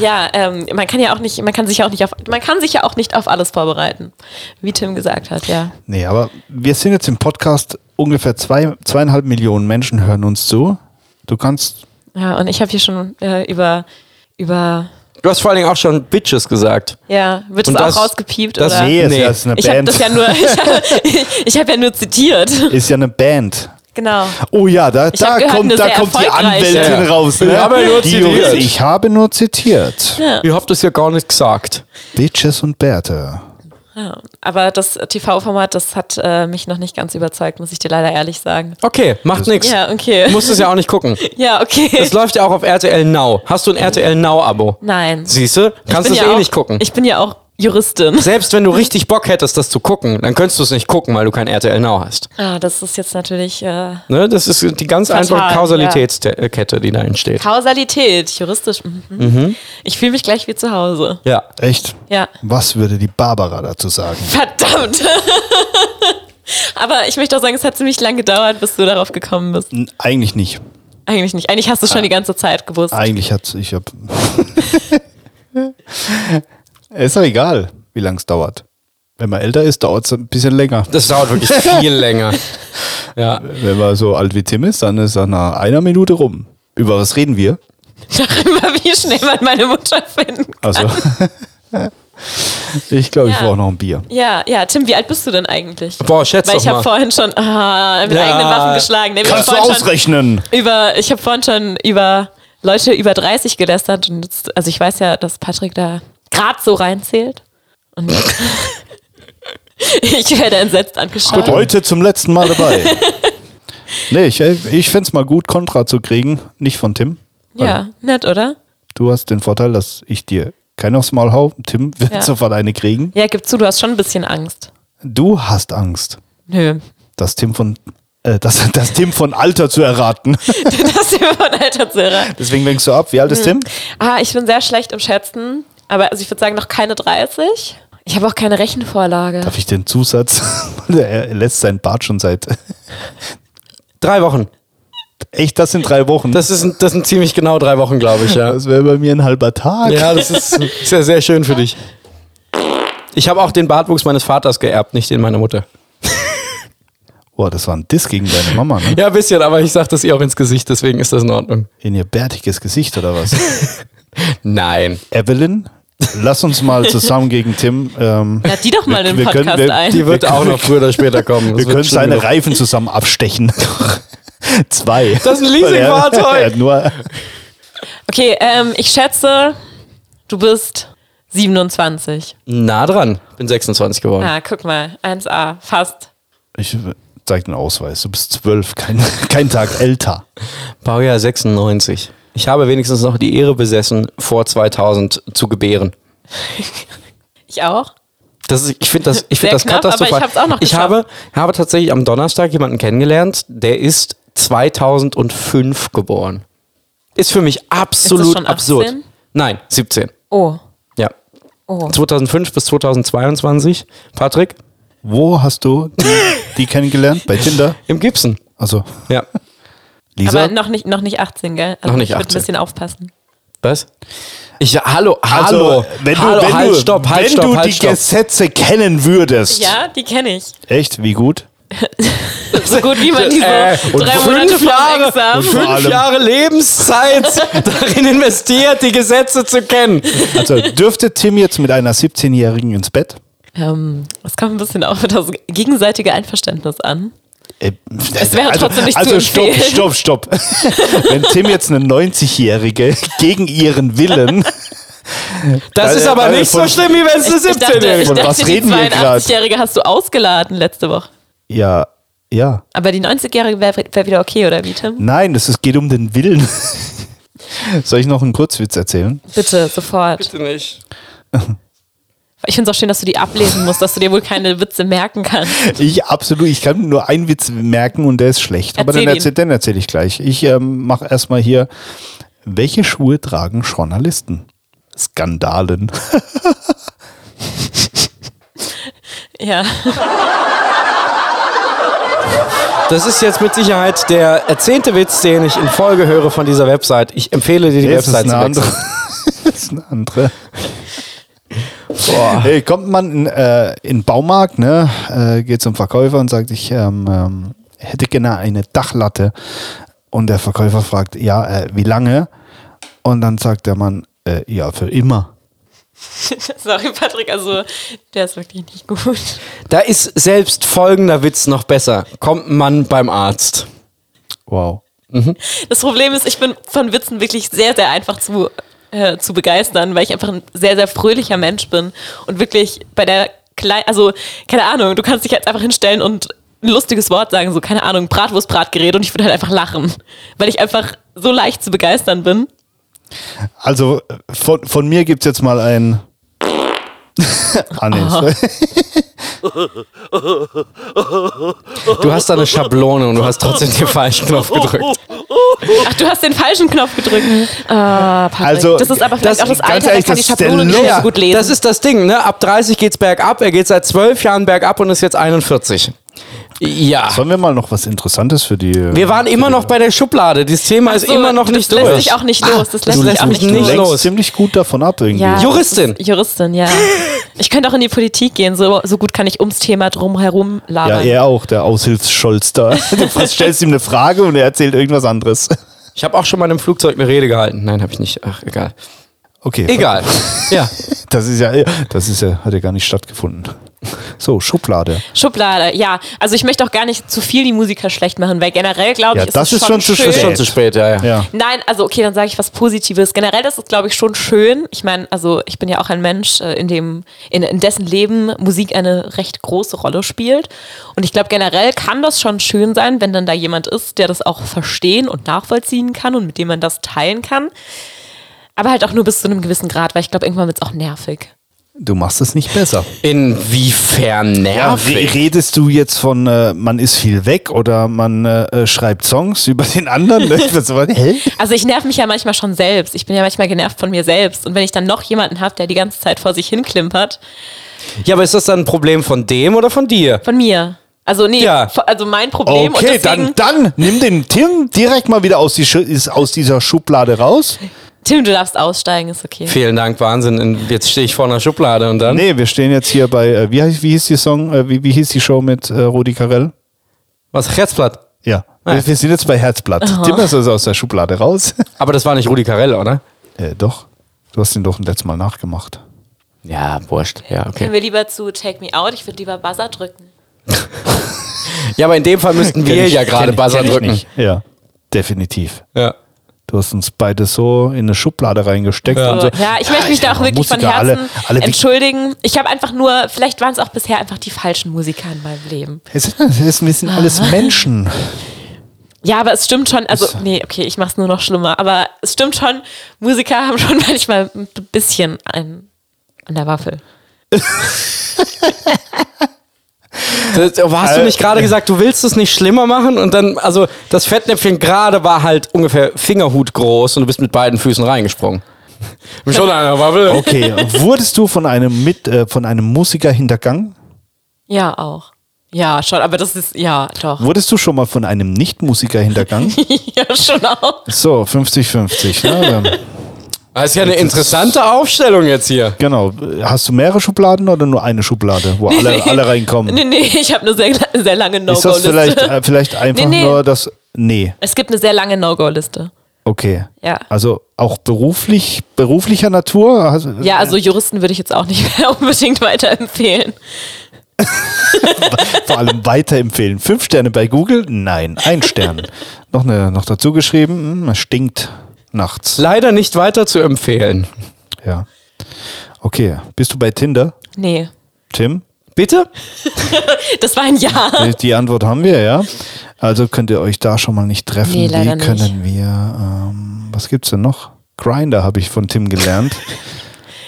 Speaker 3: Ja, ähm, man kann ja auch nicht, man kann sich ja auch nicht auf, man kann sich ja auch nicht auf alles vorbereiten, wie Tim gesagt hat, ja.
Speaker 1: nee, aber wir sind jetzt im Podcast, ungefähr zwei, zweieinhalb Millionen Menschen hören uns zu. Du kannst.
Speaker 3: Ja, und ich habe hier schon äh, über, über,
Speaker 2: Du hast vor allen Dingen auch schon Bitches gesagt.
Speaker 3: ja, wird es
Speaker 2: Und
Speaker 3: auch
Speaker 2: das-
Speaker 3: rausgepiept
Speaker 2: das
Speaker 3: oder?
Speaker 2: sehe
Speaker 1: es
Speaker 2: Nee.
Speaker 1: ist eine
Speaker 3: Äh, Ich habe das
Speaker 2: [laughs]
Speaker 3: ja nur, [laughs] ich habe ich hab ja nur zitiert.
Speaker 1: ist ja eine Band.
Speaker 3: Genau.
Speaker 1: Oh ja, da,
Speaker 3: Ich hab
Speaker 1: da
Speaker 3: gehört,
Speaker 1: kommt,
Speaker 3: eine
Speaker 1: da
Speaker 3: sehr
Speaker 1: kommt die
Speaker 3: erfolgreiche.
Speaker 1: Anwältin
Speaker 2: Ja.
Speaker 1: raus. Ne?
Speaker 2: Ich habe nur
Speaker 1: Die
Speaker 2: zitiert.
Speaker 1: Jurist, ich habe nur zitiert.
Speaker 2: Ihr habt es ja gar nicht gesagt.
Speaker 1: Bitches und Bärte.
Speaker 3: Ja. Aber das TV-Format, das hat äh, mich noch nicht ganz überzeugt, muss ich dir leider ehrlich sagen.
Speaker 2: Okay, macht nichts.
Speaker 3: Ja, okay.
Speaker 2: Du musst es ja auch nicht
Speaker 3: [laughs]
Speaker 2: gucken.
Speaker 3: Ja, okay.
Speaker 2: Es läuft ja auch auf RTL Now. Hast du ein RTL Now-Abo?
Speaker 3: Nein.
Speaker 2: Siehst du? Kannst du
Speaker 3: bin
Speaker 2: es
Speaker 3: ja
Speaker 2: eh
Speaker 3: auch,
Speaker 2: nicht gucken.
Speaker 3: Ich bin ja auch Juristin.
Speaker 2: Selbst wenn du richtig Bock hättest, das zu gucken, dann könntest du es nicht gucken, weil du kein RTL Now hast.
Speaker 3: Ah, das ist jetzt natürlich äh,
Speaker 2: Ne? Das ist die ganz einfache
Speaker 3: ja.
Speaker 2: Kausalitätskette, die da entsteht.
Speaker 3: Kausalität, juristisch. Mhm. Ich fühle mich gleich wie zu Hause.
Speaker 2: Ja.
Speaker 1: Echt?
Speaker 3: Ja.
Speaker 1: Was würde die Barbara dazu sagen?
Speaker 3: Verdammt. [laughs] Aber ich möchte auch sagen, es hat ziemlich lang gedauert, bis du darauf gekommen bist.
Speaker 1: N- Eigentlich nicht.
Speaker 3: Eigentlich nicht. Eigentlich hast du es
Speaker 2: Ah.
Speaker 3: schon die ganze Zeit gewusst.
Speaker 1: Eigentlich hat ich hab. [laughs] ist doch egal, wie lang es dauert. Wenn man älter ist, dauert es ein bisschen länger.
Speaker 2: Das
Speaker 1: [laughs]
Speaker 2: dauert wirklich viel länger. Ja.
Speaker 1: Wenn man so alt wie Tim ist, dann ist er nach einer Minute rum. Über was reden wir?
Speaker 3: Darüber, wie schnell man meine Mutter finden kann.
Speaker 1: Also. [laughs] ich glaube, ich
Speaker 3: Ja.
Speaker 1: brauche noch ein Bier.
Speaker 3: Ja, ja, Tim, wie alt bist du denn eigentlich?
Speaker 2: Boah, schätz
Speaker 3: Weil
Speaker 2: doch
Speaker 3: ich habe
Speaker 2: mal.
Speaker 3: vorhin schon ah, mit
Speaker 2: Ja.
Speaker 3: eigenen Waffen geschlagen. Nee, ich hab
Speaker 1: Kannst du
Speaker 3: vorhin schon
Speaker 1: ausrechnen?
Speaker 3: über, ich habe vorhin schon über Leute über 30 gelästert und jetzt, also ich weiß ja, dass Patrick da gerade so reinzählt. Und [laughs] ich werde entsetzt angeschaut.
Speaker 1: Heute zum letzten Mal dabei.
Speaker 3: [laughs]
Speaker 1: nee, ich, ich fände es mal gut, Kontra zu kriegen. Nicht von Tim.
Speaker 3: Ja, nett, oder?
Speaker 1: Du hast den Vorteil, dass ich dir keinen aufs Maul hau. Tim wird
Speaker 3: Ja.
Speaker 1: sofort eine kriegen.
Speaker 3: Ja, gib zu, du hast schon ein bisschen Angst.
Speaker 1: Du hast Angst,
Speaker 3: Nö. [laughs]
Speaker 1: dass Tim von, äh, dass, [laughs] dass Tim von Alter zu erraten.
Speaker 3: Das ist immer ein alter Zirrer.
Speaker 1: Deswegen lenkst du ab. Wie alt ist Tim?
Speaker 3: Ah, ich bin sehr schlecht im Schätzen, aber also ich würde sagen, noch keine 30. Ich habe auch keine Rechenvorlage.
Speaker 1: Darf ich den Zusatz? [laughs] er lässt seinen Bart schon seit.
Speaker 2: Drei Wochen.
Speaker 1: Echt, das sind drei Wochen.
Speaker 2: Das, ist, ein- das sind ziemlich genau drei Wochen, glaube ich, ja.
Speaker 1: Das wäre bei mir ein halber Tag.
Speaker 2: Ja, das ist, ist ja sehr schön für dich. Ich habe auch den Bartwuchs meines Vaters geerbt, nicht den meiner Mutter.
Speaker 1: Boah, das war ein Diss gegen deine Mama, ne?
Speaker 2: Ja, ein bisschen, aber ich sage das ihr auch ins Gesicht, deswegen ist das in Ordnung.
Speaker 1: In ihr bärtiges Gesicht oder was?
Speaker 2: [laughs] Nein.
Speaker 1: Evelyn, lass uns mal zusammen gegen Tim. Ähm,
Speaker 3: Lad die doch mal in den
Speaker 1: wir können-
Speaker 3: Podcast
Speaker 1: wir-
Speaker 3: ein.
Speaker 2: Die wird auch noch früher oder später kommen. Das
Speaker 1: wir
Speaker 2: wird
Speaker 1: können
Speaker 2: schlimm
Speaker 1: seine
Speaker 2: genug.
Speaker 1: Reifen zusammen abstechen. [laughs] Zwei.
Speaker 2: Das ist ein Leasingfahrzeug.
Speaker 1: [laughs] Er hat nur
Speaker 3: Okay, ähm, ich schätze, du bist 27.
Speaker 2: Nah dran. Bin 26 geworden.
Speaker 3: Ah, guck mal, 1a, fast. [laughs]
Speaker 1: Ich zeig den Ausweis. Du bist zwölf, kein, kein Tag älter.
Speaker 2: Baujahr 96. Ich habe wenigstens noch die Ehre besessen, vor 2000 zu gebären.
Speaker 3: Ich auch.
Speaker 2: Das ist, ich finde das, ich
Speaker 3: Sehr
Speaker 2: find das
Speaker 3: knapp, aber ich
Speaker 2: katastrophal.
Speaker 3: hab's auch noch
Speaker 2: ich
Speaker 3: geschafft.
Speaker 2: habe, habe tatsächlich am Donnerstag jemanden kennengelernt, der ist 2005 geboren. Ist für mich absolut
Speaker 3: schon
Speaker 2: absurd.
Speaker 3: 18?
Speaker 2: Nein, 17.
Speaker 3: Oh.
Speaker 2: Ja.
Speaker 3: Oh.
Speaker 2: 2005 bis 2022. Patrick,
Speaker 1: Wo hast du die, die kennengelernt? Bei Tinder?
Speaker 2: im Gibson.
Speaker 1: Also, [laughs]
Speaker 2: Ja.
Speaker 1: Lisa?
Speaker 3: Aber noch nicht, noch nicht 18, gell? Also
Speaker 2: Noch nicht
Speaker 3: ich würd
Speaker 2: 18.
Speaker 3: ein bisschen aufpassen.
Speaker 2: Was? Ich, ja, hallo, hallo.
Speaker 1: also, wenn du,
Speaker 2: hallo,
Speaker 1: wenn
Speaker 2: halt,
Speaker 1: du,
Speaker 2: stopp, halt,
Speaker 1: wenn
Speaker 2: stopp,
Speaker 1: du
Speaker 2: halt,
Speaker 1: die
Speaker 2: stopp.
Speaker 1: Gesetze kennen würdest.
Speaker 3: Ja, die kenne ich.
Speaker 1: Echt? Wie gut?
Speaker 3: so gut wie
Speaker 2: [laughs]
Speaker 3: man diese
Speaker 2: Äh, und
Speaker 3: drei Monate
Speaker 2: fünf
Speaker 3: vom
Speaker 2: Jahre,
Speaker 3: Examen.
Speaker 1: Vor
Speaker 2: fünf
Speaker 1: allem-
Speaker 2: Jahre Lebenszeit [laughs] darin investiert, die Gesetze zu kennen.
Speaker 1: Also dürfte Tim jetzt mit einer 17-Jährigen ins Bett?
Speaker 3: Ähm, es kommt ein bisschen auf das gegenseitige Einverständnis an.
Speaker 1: Äh,
Speaker 3: wäre trotzdem nicht
Speaker 1: Also
Speaker 3: zu
Speaker 1: stopp,
Speaker 3: empfehlen.
Speaker 1: stopp, stopp. [laughs] Wenn Tim jetzt eine 90-Jährige [laughs] gegen ihren Willen, [laughs]
Speaker 2: Das
Speaker 1: Weil,
Speaker 2: ist aber
Speaker 1: weil
Speaker 2: nicht so
Speaker 1: von-
Speaker 2: schlimm, wie wenn es eine
Speaker 3: ich dachte, ich
Speaker 2: 17-Jährige
Speaker 1: Von
Speaker 3: dachte
Speaker 1: was
Speaker 3: die
Speaker 1: reden wir grad?
Speaker 3: 82-Jährige hast du ausgeladen letzte Woche.
Speaker 1: ja, ja.
Speaker 3: Aber die 90-Jährige wäre wär wieder okay, oder wie, Tim?
Speaker 1: Nein, es ist- geht um den Willen. [laughs] Soll ich noch einen Kurzwitz erzählen?
Speaker 3: Bitte, sofort.
Speaker 2: Bitte nicht.
Speaker 3: Ich finde es auch schön, dass du die ablesen musst, dass du dir wohl keine Witze
Speaker 1: [laughs]
Speaker 3: merken kannst.
Speaker 1: Ich absolut, ich kann nur einen Witz merken und der ist schlecht. Aber
Speaker 3: Erzähl
Speaker 1: den
Speaker 3: ihn.
Speaker 1: erzähle den erzähl ich gleich. Ich ähm, mache erstmal hier, welche Schuhe tragen Journalisten? Skandalen.
Speaker 3: Ja.
Speaker 2: Das ist jetzt mit Sicherheit der erzehnte Witz, den ich in Folge höre von dieser Website. Ich empfehle dir, die
Speaker 1: Das ist
Speaker 2: Website
Speaker 1: eine
Speaker 2: zu
Speaker 1: andere. [laughs]
Speaker 2: wechseln.
Speaker 1: Das ist eine andere. Hey, kommt man in, äh, in den Baumarkt, ne? äh, geht zum Verkäufer und sagt, ich ähm, ähm, hätte gerne eine Dachlatte. Und der Verkäufer fragt, ja, äh, wie lange? Und dann sagt der Mann, äh, ja, für immer.
Speaker 3: [laughs] Sorry, Patrick, also der ist wirklich nicht gut.
Speaker 2: Da ist selbst folgender Witz noch besser. Kommt ein Mann beim Arzt.
Speaker 1: Wow.
Speaker 3: Das Problem ist, ich bin von Witzen wirklich sehr, sehr einfach zu, äh, zu begeistern, weil ich einfach ein sehr, sehr fröhlicher Mensch bin und wirklich bei der kleinen, also keine Ahnung, du kannst dich jetzt einfach hinstellen und ein lustiges Wort sagen, so keine Ahnung, Bratwurst-Bratgerät und ich würde halt einfach lachen, weil ich einfach so leicht zu begeistern bin.
Speaker 1: Also äh, von, von mir gibt es jetzt mal ein. ah, nee,
Speaker 2: Du hast da eine Schablone und du hast trotzdem den falschen Knopf gedrückt.
Speaker 3: Ach, du hast den falschen Knopf gedrückt. Ah, Patrick.
Speaker 1: Also,
Speaker 3: das ist aber
Speaker 2: das-
Speaker 3: vielleicht auch das
Speaker 1: ganz
Speaker 3: Alter,
Speaker 1: ehrlich,
Speaker 3: da kann die
Speaker 1: das ist der
Speaker 3: Schablone nicht mehr
Speaker 1: Luft.
Speaker 3: so gut lesen.
Speaker 2: Das ist das Ding, ne? Ab 30 geht's bergab. Er geht seit zwölf Jahren bergab und ist jetzt 41. Ja.
Speaker 1: Sollen wir mal noch was Interessantes für die.
Speaker 2: Wir waren immer noch bei der Schublade. Dieses Thema ist
Speaker 3: Ach so,
Speaker 2: immer noch
Speaker 3: das
Speaker 2: nicht
Speaker 3: lässt
Speaker 2: durch.
Speaker 3: sich auch nicht los. Das lässt
Speaker 2: du
Speaker 3: sich
Speaker 2: lässt
Speaker 3: auch
Speaker 2: mich
Speaker 3: nicht
Speaker 1: du
Speaker 2: nicht
Speaker 3: los.
Speaker 1: lenkst
Speaker 2: los.
Speaker 1: ziemlich gut davon ab irgendwie.
Speaker 3: Ja,
Speaker 2: Juristin.
Speaker 3: das ist
Speaker 1: [laughs]
Speaker 3: Juristin, ja. Ich könnte auch in die Politik gehen, so, so gut kann ich ums Thema drum herum
Speaker 1: Ja,
Speaker 3: labern.
Speaker 1: er auch, der Aushilfsscholz da. Du fast stellst ihm eine Frage und er erzählt irgendwas anderes.
Speaker 2: Ich habe auch schon mal im Flugzeug eine Rede gehalten. Nein, habe ich nicht. Ach, egal.
Speaker 1: Okay.
Speaker 2: Egal. [laughs] Ja.
Speaker 1: Das ist ja, das ist ja, hat ja gar nicht stattgefunden. So, Schublade.
Speaker 3: Schublade, ja. Also ich möchte auch gar nicht zu viel die Musiker schlecht machen, weil generell glaube
Speaker 1: Ja,
Speaker 3: ich, ist
Speaker 1: das
Speaker 3: es
Speaker 1: ist
Speaker 3: schon
Speaker 1: schon zu
Speaker 3: schön.
Speaker 2: Ist schon zu spät, ja, ja.
Speaker 1: Ja.
Speaker 3: Nein, also okay, dann sage ich was Positives. Generell ist es, glaube ich, schon schön. Ich meine, also ich bin ja auch ein Mensch, äh, in dem, in, in dessen Leben Musik eine recht große Rolle spielt. Und ich glaube, generell kann das schon schön sein, wenn dann da jemand ist, der das auch verstehen und nachvollziehen kann und mit dem man das teilen kann. Aber halt auch nur bis zu einem gewissen Grad, weil ich glaube, irgendwann wird es auch nervig.
Speaker 1: Du machst es nicht besser.
Speaker 2: Inwiefern
Speaker 1: Ja,
Speaker 2: nervig?
Speaker 1: re- redest du jetzt von, äh, man ist viel weg oder man äh, äh, schreibt Songs über den anderen? Ne? Was, war- hä?
Speaker 3: Also ich nerv mich ja manchmal schon selbst. Ich bin ja manchmal genervt von mir selbst. Und wenn ich dann noch jemanden habe, der die ganze Zeit vor sich hinklimpert,
Speaker 2: Ja, aber ist das dann ein Problem von dem oder von dir?
Speaker 3: von mir. Also nee,
Speaker 2: Ja.
Speaker 3: von- also mein Problem und
Speaker 1: Okay,
Speaker 3: deswegen,
Speaker 1: dann, dann nimm den Tim direkt mal wieder aus, die, Schu- ist aus dieser Schublade raus.
Speaker 3: Tim, du darfst aussteigen, ist okay.
Speaker 2: Vielen Dank, Wahnsinn. Und Jetzt stehe ich vor einer Schublade und dann.
Speaker 1: Nee, wir stehen jetzt hier bei, äh, wie, heißt- wie hieß die Song, äh, wie, wie hieß die Show mit äh, Rudi Carell?
Speaker 2: Was? Herzblatt.
Speaker 1: Ja,
Speaker 3: Ah,
Speaker 1: wir, wir sind jetzt bei Herzblatt. Tim ist also aus der Schublade
Speaker 3: [laughs]
Speaker 1: raus.
Speaker 2: Aber das war nicht Rudi Carell, oder?
Speaker 1: äh, doch, du hast ihn doch letztes Mal nachgemacht.
Speaker 2: Ja, wurscht. Ja,
Speaker 3: Können
Speaker 2: okay.
Speaker 3: wir lieber zu Take Me Out? Ich würde lieber Buzzer drücken.
Speaker 2: Ja, aber in dem Fall müssten wir ja gerade Buzzer
Speaker 3: Hm.
Speaker 2: drücken.
Speaker 1: Ja, definitiv.
Speaker 2: Ja.
Speaker 1: Du hast uns beide so in eine Schublade reingesteckt.
Speaker 2: Ja.
Speaker 1: Und so.
Speaker 2: Also-
Speaker 3: ja, ich möchte mich da auch
Speaker 1: aber
Speaker 3: wirklich von
Speaker 1: Musiker, alle-
Speaker 3: Herzen
Speaker 1: alle wie-
Speaker 3: entschuldigen. Ich habe einfach nur, vielleicht waren es auch bisher einfach die falschen Musiker in meinem Leben.
Speaker 1: Es, es, wir sind alles Menschen.
Speaker 3: Ja, aber es stimmt schon, also, nee, okay, ich mache es nur noch schlimmer, aber es stimmt schon, Musiker haben schon [laughs] manchmal ein bisschen ein, an der Waffel.
Speaker 2: Das, oh, hast du nicht gerade gesagt, du willst es nicht schlimmer machen? Und dann, also das Fettnäpfchen gerade war halt ungefähr Fingerhut groß und du bist mit beiden Füßen reingesprungen. [laughs] Schon einer Wabbel.
Speaker 3: [laughs]
Speaker 1: Okay, wurdest du von einem, mit, äh, von einem Musiker hintergangen?
Speaker 3: Ja, auch. Ja, schon, aber das ist, ja, doch. [laughs]
Speaker 1: Wurdest du schon mal von einem Nicht-Musiker hintergangen?
Speaker 3: ja, schon auch. [laughs]
Speaker 1: So, 50-50. Ne? Dann
Speaker 2: Das ist ja eine interessante Aufstellung jetzt hier.
Speaker 1: Genau. Hast du mehrere Schubladen oder nur eine Schublade, wo alle, alle reinkommen?
Speaker 3: Nee, nee, ich habe eine sehr, sehr lange
Speaker 1: Ist das
Speaker 3: No-Go-Liste.
Speaker 1: vielleicht, äh, vielleicht einfach
Speaker 3: Nee, nee.
Speaker 1: nur das. Nee,
Speaker 3: Es gibt eine sehr lange No-Go-Liste.
Speaker 1: okay.
Speaker 3: Ja.
Speaker 1: Also auch beruflich, beruflicher Natur? Also,
Speaker 3: Ja, also Juristen würde ich jetzt auch nicht [laughs] mehr unbedingt weiterempfehlen.
Speaker 1: Vor allem weiterempfehlen. Fünf Sterne bei Google? Nein, ein Stern. noch, eine, noch dazu geschrieben, hm, es stinkt nachts.
Speaker 2: Leider nicht weiter zu empfehlen.
Speaker 1: Ja. Okay, bist du bei Tinder,
Speaker 3: Nee,
Speaker 1: Tim?
Speaker 2: Bitte?
Speaker 3: das war ein Ja.
Speaker 1: Die- Die Antwort haben wir, ja. Also könnt ihr euch da schon mal nicht treffen.
Speaker 3: Nee, leider
Speaker 1: Die können wir, ähm, was gibt's denn noch? Grinder habe ich von Tim
Speaker 3: [laughs]
Speaker 1: gelernt.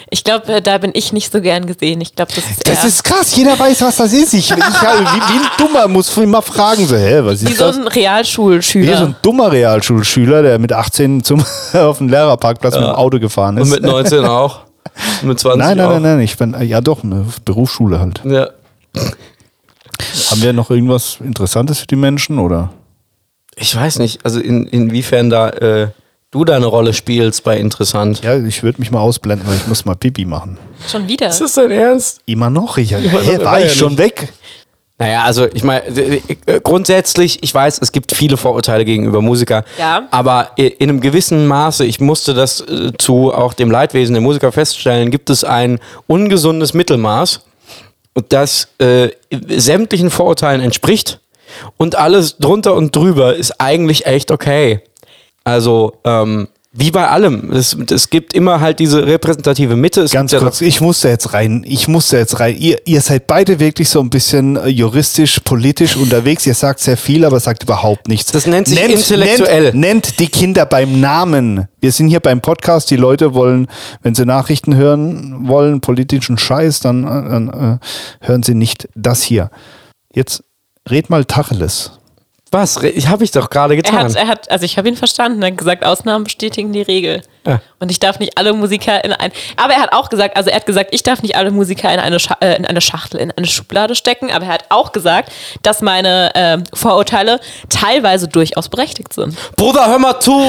Speaker 3: Ich glaube, da bin ich nicht so gern gesehen. Ich glaube, das ist,
Speaker 1: Das
Speaker 3: eher
Speaker 1: ist krass, jeder weiß, was das ist. Ich, ich, hab- wie, wie ein Dummer muss immer fragen, so, hä, was
Speaker 3: wie
Speaker 1: ist
Speaker 3: so
Speaker 1: das?
Speaker 3: ein
Speaker 1: Wie
Speaker 3: Realschulschüler.
Speaker 1: so ein dummer Realschulschüler, der mit 18 zum, [laughs] auf den Lehrerparkplatz mit dem Auto gefahren
Speaker 2: Und
Speaker 1: ist.
Speaker 2: mit 19 auch. Und mit 20
Speaker 1: Nein, nein,
Speaker 2: auch.
Speaker 1: nein, nein, ich bin, ja doch, eine Berufsschule halt.
Speaker 2: Ja.
Speaker 1: Haben wir noch irgendwas Interessantes für die Menschen oder?
Speaker 2: Ich weiß nicht, also in, inwiefern da äh, du deine Rolle spielst bei Interessant.
Speaker 1: Ja, ich würde mich mal ausblenden, weil ich muss mal Pipi machen.
Speaker 3: Schon wieder.
Speaker 2: Ist das dein Ernst?
Speaker 1: Immer noch? Ich,
Speaker 2: das
Speaker 1: hä,
Speaker 2: war
Speaker 1: war
Speaker 2: ja
Speaker 1: ich schon weg?
Speaker 2: Naja, also ich meine, äh, äh, grundsätzlich, ich weiß, es gibt viele Vorurteile gegenüber Musiker,
Speaker 3: Ja.
Speaker 2: aber i- in einem gewissen Maße, ich musste das äh, zu auch dem Leidwesen der Musiker feststellen, gibt es ein ungesundes Mittelmaß, das äh, sämtlichen Vorurteilen entspricht und alles drunter und drüber ist eigentlich echt okay. Also, ähm, wie bei allem, es, es gibt immer halt diese repräsentative Mitte. Es
Speaker 1: Ganz
Speaker 2: gibt ja
Speaker 1: kurz, ich muss da jetzt rein. Ich muss da jetzt rein. Ihr, ihr seid beide wirklich so ein bisschen äh, juristisch, politisch unterwegs. Ihr sagt sehr viel, aber sagt überhaupt nichts.
Speaker 2: Das nennt sich intellektuell.
Speaker 1: Nennt, nennt die Kinder beim Namen. Wir sind hier beim Podcast. Die Leute wollen, wenn sie Nachrichten hören wollen, politischen Scheiß, dann äh, äh, hören sie nicht das hier. Jetzt red mal Tacheles.
Speaker 2: Was? Habe ich doch gerade
Speaker 3: Er hat,
Speaker 2: getan.
Speaker 3: er hat, also ich habe ihn verstanden, er hat gesagt, Ausnahmen bestätigen die Regel.
Speaker 2: Ja.
Speaker 3: Und ich darf nicht alle Musiker in ein. Aber er hat auch gesagt, also er hat gesagt, ich darf nicht alle Musiker in eine, Scha äh, in eine Schachtel, in eine Schublade stecken, aber er hat auch gesagt, dass meine ähm, Vorurteile teilweise durchaus berechtigt sind.
Speaker 2: Bruder, hör mal zu.